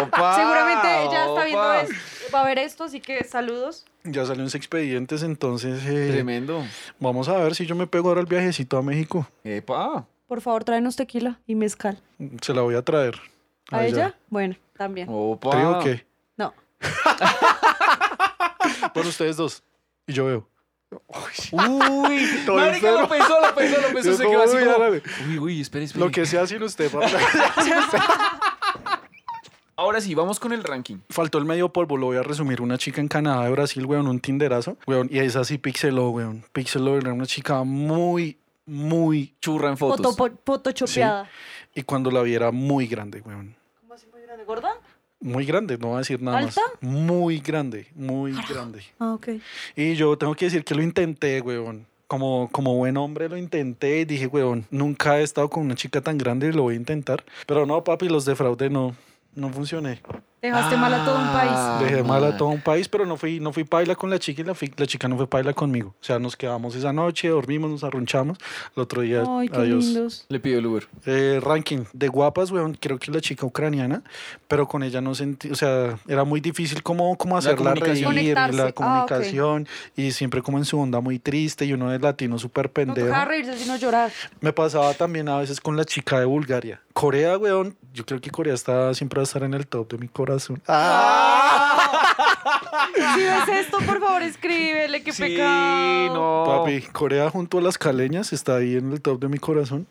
Speaker 3: Opa,
Speaker 4: Seguramente ella está viendo
Speaker 3: opa.
Speaker 4: esto. Va a ver esto, así que saludos.
Speaker 1: ya salió unos expedientes, entonces eh,
Speaker 3: Tremendo.
Speaker 1: vamos a ver si yo me pego ahora el viajecito a México.
Speaker 3: Epa.
Speaker 4: Por favor, tráenos tequila y mezcal.
Speaker 1: Se la voy a traer.
Speaker 4: ¿A ella? Bueno, también.
Speaker 3: Opa.
Speaker 1: ¿Trío o qué?
Speaker 4: No.
Speaker 1: Bueno, ustedes dos. Y yo veo.
Speaker 3: Uy,
Speaker 1: Todo
Speaker 3: marica,
Speaker 1: enfermo.
Speaker 3: lo pensó, lo pensó, lo
Speaker 1: Yo
Speaker 3: pensó, Pues se
Speaker 1: como,
Speaker 3: quedó así
Speaker 1: "Uy,
Speaker 3: como...
Speaker 1: dale".
Speaker 3: Uy, uy, espere, espere.
Speaker 1: Lo que sea sin usted, papá.
Speaker 3: Ahora sí, vamos con el ranking.
Speaker 1: Faltó el medio polvo, lo voy a resumir. Una chica en Canadá de Brasil, weón, un tinderazo, weón. Y esa sí pixeló, weón. Pixeló era una chica muy, muy.
Speaker 3: Churra en fotos.
Speaker 4: Foto, photoshopeada.
Speaker 1: Y cuando la vi era muy grande, weón.
Speaker 4: ¿Cómo así muy grande? ¿Gorda?
Speaker 1: Muy grande, no voy a decir nada
Speaker 4: ¿Alta?
Speaker 1: más. Muy grande, muy grande.
Speaker 4: Ah, ok.
Speaker 1: Y yo tengo que decir que lo intenté, weón. Como, como buen hombre lo intenté y dije, weón, nunca he estado con una chica tan grande y lo voy a intentar. Pero no, papi, los defraudé, no. No funcioné.
Speaker 4: Dejaste mal a todo un
Speaker 3: Ah,
Speaker 4: país.
Speaker 1: Dejé mal
Speaker 3: man.
Speaker 1: a todo un país, pero no fui, no fui paila con la chica y la, fi- la chica no fue paila conmigo. O sea, nos quedamos esa noche, dormimos, nos arrunchamos. El otro día,
Speaker 4: Ay, qué
Speaker 1: adiós.
Speaker 4: lindos.
Speaker 3: Le pido el Uber.
Speaker 1: Eh, ranking de guapas, weón, creo que la chica ucraniana, pero con ella no sentí, o sea, era muy difícil como, como hacerla reír,
Speaker 3: comunicación.
Speaker 1: la
Speaker 4: Conectarse. Ah, ok.
Speaker 1: comunicación, y siempre como en su onda muy triste, y uno es latino súper
Speaker 4: No
Speaker 1: pendejo.
Speaker 4: tocaba reírse sino llorar.
Speaker 1: Me pasaba también a veces con la chica de Bulgaria. Corea, weón, yo creo que Corea está, siempre va a estar en el top de mi corazón. Ah,
Speaker 4: Si ves esto, por favor, escríbele, qué pecado.
Speaker 3: no.
Speaker 1: Papi, Corea junto a las caleñas está ahí en el top de mi corazón.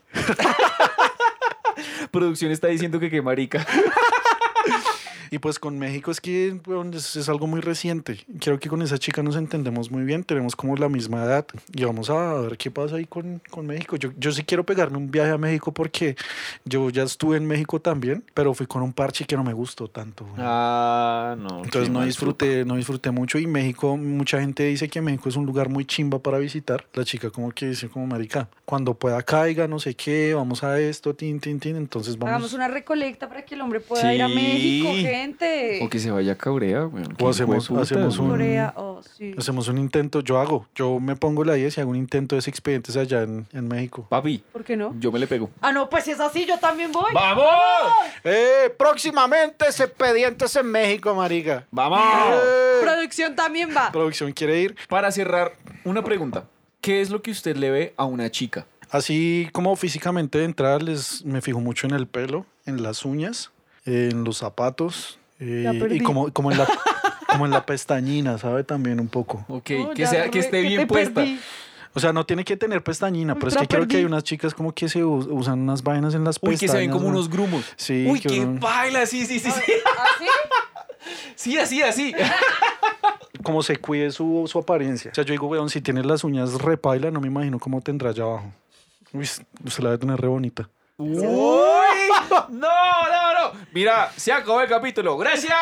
Speaker 3: Producción está diciendo que qué marica.
Speaker 1: Y pues con México es que weón, es, es algo muy reciente. Creo que con esa chica nos entendemos muy bien, tenemos como la misma edad y vamos a ver qué pasa ahí con, con México. Yo, yo sí quiero pegarme un viaje a México porque yo ya estuve en México también, pero fui con un parche que no me gustó tanto. weón.
Speaker 3: Ah, no.
Speaker 1: Entonces
Speaker 3: qué
Speaker 1: no
Speaker 3: mal
Speaker 1: disfruté, no disfruté mucho y México, mucha gente dice que México es un lugar muy chimba para visitar. La chica como que dice como marica, cuando pueda caiga, no sé qué, vamos a esto, tin, tin, tin, entonces vamos.
Speaker 4: Hagamos una recolecta para que el hombre pueda ir a
Speaker 3: Sí.
Speaker 4: México,
Speaker 3: truco.
Speaker 4: gente.
Speaker 3: O que se vaya a Caurea, weón.
Speaker 1: O hacemos- hacemos un-
Speaker 4: Corea, oh, sí.
Speaker 1: Hacemos un intento, yo hago, yo me pongo la 10 y hago un intento de ese expedientes allá en, en México.
Speaker 3: Papi,
Speaker 4: ¿Por qué no?
Speaker 3: yo me le pego.
Speaker 4: Ah, no, pues si es así, yo también voy.
Speaker 3: ¡Vamos!
Speaker 1: ¡Eh! Próximamente expedientes en México, marica.
Speaker 3: ¡Vamos!
Speaker 4: Producción también va.
Speaker 1: Producción quiere ir.
Speaker 3: Para cerrar, una pregunta. ¿Qué es lo que usted le ve a una chica?
Speaker 1: Así como físicamente de entrada les me fijo mucho en el pelo, en las uñas, en los zapatos eh,
Speaker 4: Ya perdí.
Speaker 1: y como, como en la como en la pestañina, sabe también un poco.
Speaker 3: Ok,
Speaker 4: No,
Speaker 3: que,
Speaker 4: ya
Speaker 3: sea, que
Speaker 4: re-
Speaker 3: esté
Speaker 4: que
Speaker 3: bien
Speaker 4: te
Speaker 3: puesta.
Speaker 4: perdí.
Speaker 1: O sea, no tiene que tener pestañina, pero es
Speaker 4: Ultra
Speaker 1: que creo que hay
Speaker 4: perdí.
Speaker 1: unas chicas como que se us- usan unas vainas en las
Speaker 3: Uy,
Speaker 1: pestañas.
Speaker 3: que se ven como
Speaker 1: ¿no?
Speaker 3: unos grumos.
Speaker 1: Sí,
Speaker 3: Uy,
Speaker 1: que
Speaker 3: qué
Speaker 1: uno-
Speaker 3: baila. Sí, sí, sí, sí.
Speaker 4: ¿Así?
Speaker 3: Sí, así, así.
Speaker 1: como se cuide su, su apariencia. O sea, yo digo, weón, si tienes las uñas repaila, no me imagino cómo tendrá allá abajo. Uy, se la debe tener re bonita.
Speaker 3: ¡Uy! No, no, no. Mira, se acabó el capítulo. ¡Gracias!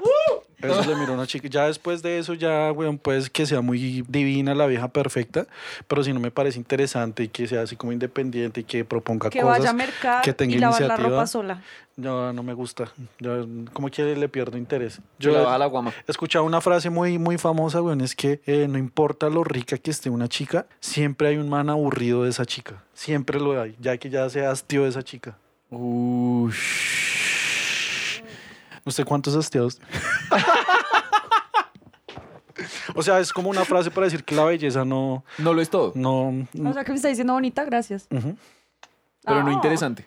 Speaker 3: ¡Uh!
Speaker 1: Eso le miró a una chica. Ya después de eso, ya, weón, pues que sea muy divina la vieja perfecta, pero si no me parece interesante y que sea así como independiente y que proponga
Speaker 4: Que
Speaker 1: cosas.
Speaker 4: vaya a mercar
Speaker 1: que tenga
Speaker 4: y lavar la
Speaker 1: iniciativa.
Speaker 4: ropa sola.
Speaker 1: No, no me gusta. Yo, como que le pierdo interés.
Speaker 3: Yo
Speaker 1: Yo
Speaker 3: la bajo a la guama.
Speaker 1: he escuchado una frase muy, muy famosa, weón, es que eh, no importa lo rica que esté una chica, siempre hay un man aburrido de esa chica. Siempre lo hay, ya que ya se hastió de esa chica.
Speaker 3: Uy.
Speaker 1: ¿Usted cuántos hastiados? o sea, es como una frase para decir que la belleza no...
Speaker 3: No lo es todo,
Speaker 1: No.
Speaker 4: O sea, que me está diciendo bonita, gracias.
Speaker 1: Ujú.
Speaker 3: pero no
Speaker 4: Ah.
Speaker 3: interesante.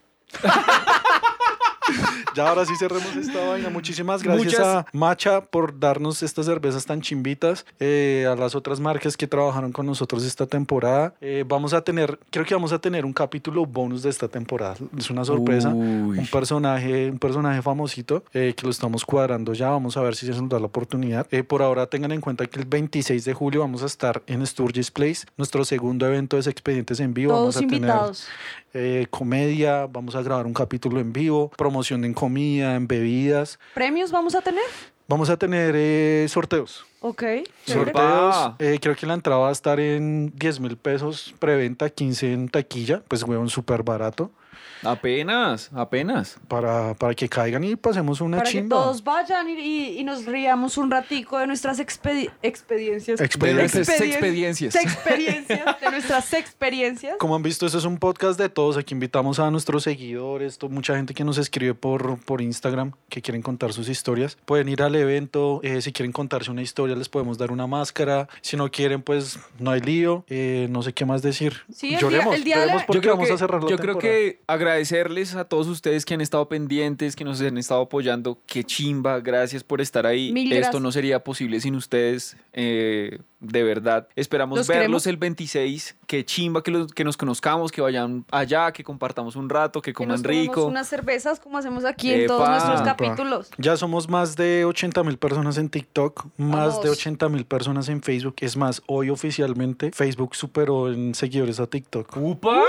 Speaker 1: Ya ahora sí cerremos esta vaina. Muchísimas gracias
Speaker 3: Muchas-
Speaker 1: a Macha por darnos estas cervezas tan chimbitas, eh, a las otras marcas que trabajaron con nosotros esta temporada. Eh, vamos a tener, creo que vamos a tener un capítulo bonus de esta temporada. Es una sorpresa.
Speaker 3: Uy.
Speaker 1: Un personaje, un personaje famosito eh, que lo estamos cuadrando ya. Vamos a ver si se nos da la oportunidad. Eh, por ahora tengan en cuenta que el 26 de julio vamos a estar en Sturgis Place, nuestro segundo evento de Expedientes en vivo. vamos
Speaker 4: Todos
Speaker 1: a tener-
Speaker 4: invitados.
Speaker 1: eh, comedia, vamos a grabar un capítulo en vivo, promoción en comida, en bebidas.
Speaker 4: ¿Premios vamos a tener?
Speaker 1: Vamos a tener eh, sorteos.
Speaker 4: Ok. chévere.
Speaker 3: Sorpa.
Speaker 1: Sorteos. eh, creo que la entrada va a estar en 10 mil pesos, preventa 15 en taquilla, pues huevón súper barato,
Speaker 3: Apenas, apenas.
Speaker 1: para, para que caigan y pasemos una
Speaker 4: Para que
Speaker 1: chimba.
Speaker 4: todos vayan y, y- y nos riamos un ratico de nuestras expedi- experiencias.
Speaker 3: De
Speaker 1: Experiencia.
Speaker 3: nuestras experiencias.
Speaker 4: Experiencias, de nuestras experiencias.
Speaker 1: Como han visto, este es un podcast de todos. Aquí invitamos a nuestros seguidores, to- mucha gente que nos escribe por, por Instagram que quieren contar sus historias. Pueden ir al evento, eh, si quieren contarse una historia les podemos dar una máscara. Si no quieren, pues no hay lío. Eh, no sé qué más decir.
Speaker 4: Sí, el
Speaker 1: lloremos,
Speaker 4: día- el día de la-
Speaker 1: lloremos porque vamos a cerrar la
Speaker 3: yo creo
Speaker 1: temporada.
Speaker 3: que agradecerles a todos ustedes que han estado pendientes, que nos han estado apoyando. Qué chimba, gracias por estar ahí.
Speaker 4: Mil
Speaker 3: Esto
Speaker 4: gracias.
Speaker 3: no sería posible sin ustedes, eh, de verdad. Esperamos
Speaker 4: Los
Speaker 3: verlos
Speaker 4: queremos.
Speaker 3: el 26. Qué chimba que, los- que nos conozcamos, que vayan allá, que compartamos un rato, que
Speaker 4: Que
Speaker 3: coman
Speaker 4: nos tomemos
Speaker 3: rico.
Speaker 4: unas cervezas como hacemos aquí en todos
Speaker 3: Epa.
Speaker 4: nuestros
Speaker 1: Epa.
Speaker 4: capítulos.
Speaker 1: Ya somos más de 80 mil personas en TikTok, más
Speaker 4: Vamos.
Speaker 1: de 80 mil personas en Facebook. Es más, hoy oficialmente Facebook superó en seguidores a TikTok.
Speaker 3: ¡Upa!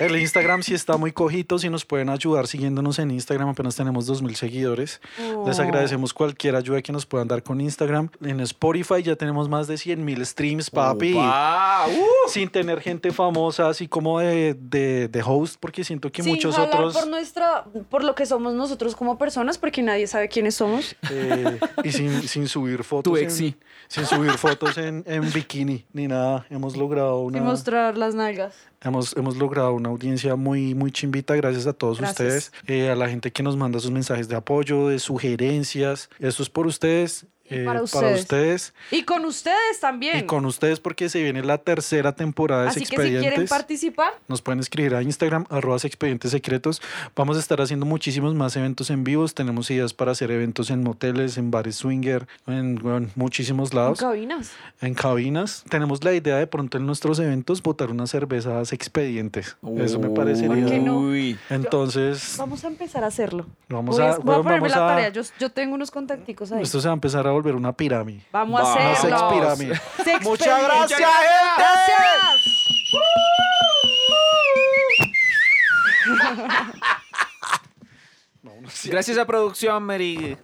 Speaker 1: El Instagram sí está muy cojito, si nos pueden ayudar siguiéndonos en Instagram, apenas tenemos 2.000 seguidores.
Speaker 4: Oh.
Speaker 1: Les agradecemos cualquier ayuda que nos puedan dar con Instagram. En Spotify ya tenemos más de 100.000 streams, papi.
Speaker 3: ¡Upa! ¡Uh!
Speaker 1: Sin tener gente famosa, así como de, de- de host, porque siento que
Speaker 4: Sin
Speaker 1: muchos
Speaker 4: jalar
Speaker 1: otros...
Speaker 4: por nuestra por lo que somos nosotros como personas porque nadie sabe quiénes somos
Speaker 1: eh, y sin, sin subir fotos.
Speaker 3: Tu
Speaker 1: en-
Speaker 3: ex sí.
Speaker 1: Sin subir fotos en, en bikini, ni nada. Hemos logrado una...
Speaker 4: y mostrar las nalgas
Speaker 1: Hemos, hemos logrado una audiencia muy, muy chimbita, gracias a todos
Speaker 4: Gracias.
Speaker 1: ustedes, eh, a la gente que nos manda sus mensajes de apoyo, de sugerencias. Eso es por ustedes. eh,
Speaker 4: Para
Speaker 1: para
Speaker 4: ustedes.
Speaker 1: ustedes
Speaker 4: Y con ustedes también.
Speaker 1: y con ustedes porque se viene la tercera temporada de
Speaker 4: Así que si
Speaker 1: Expedientes.
Speaker 4: quieren participar,
Speaker 1: Nos pueden escribir a Instagram, arroba expedientes secretos. Vamos a estar haciendo muchísimos más eventos en vivos. Tenemos ideas para hacer eventos en moteles, en bares swinger, en, bueno, muchísimos
Speaker 4: en
Speaker 1: lados,
Speaker 4: cabinas.
Speaker 1: en cabinas. Tenemos la idea de pronto en nuestros eventos botar unas cervezas expedientes. Eso me
Speaker 4: ¿Por qué
Speaker 1: parecería.
Speaker 4: no?
Speaker 3: Uy.
Speaker 1: Entonces,
Speaker 4: Vamos a empezar a hacerlo.
Speaker 1: vamos
Speaker 4: voy a,
Speaker 1: a...
Speaker 4: voy a
Speaker 1: bueno,
Speaker 4: ponerme
Speaker 1: vamos
Speaker 4: la
Speaker 1: a-
Speaker 4: tarea. Yo, yo tengo unos contacticos ahí.
Speaker 1: Esto se va a empezar a volver una pirámide.
Speaker 4: Vamos a
Speaker 3: Vamos.
Speaker 1: Una sex
Speaker 4: hacerlo.
Speaker 1: pirámide.
Speaker 4: Sex
Speaker 2: Muchas
Speaker 4: Pay.
Speaker 2: gracias, gente.
Speaker 4: Gracias.
Speaker 3: Gracias a producción, Mary.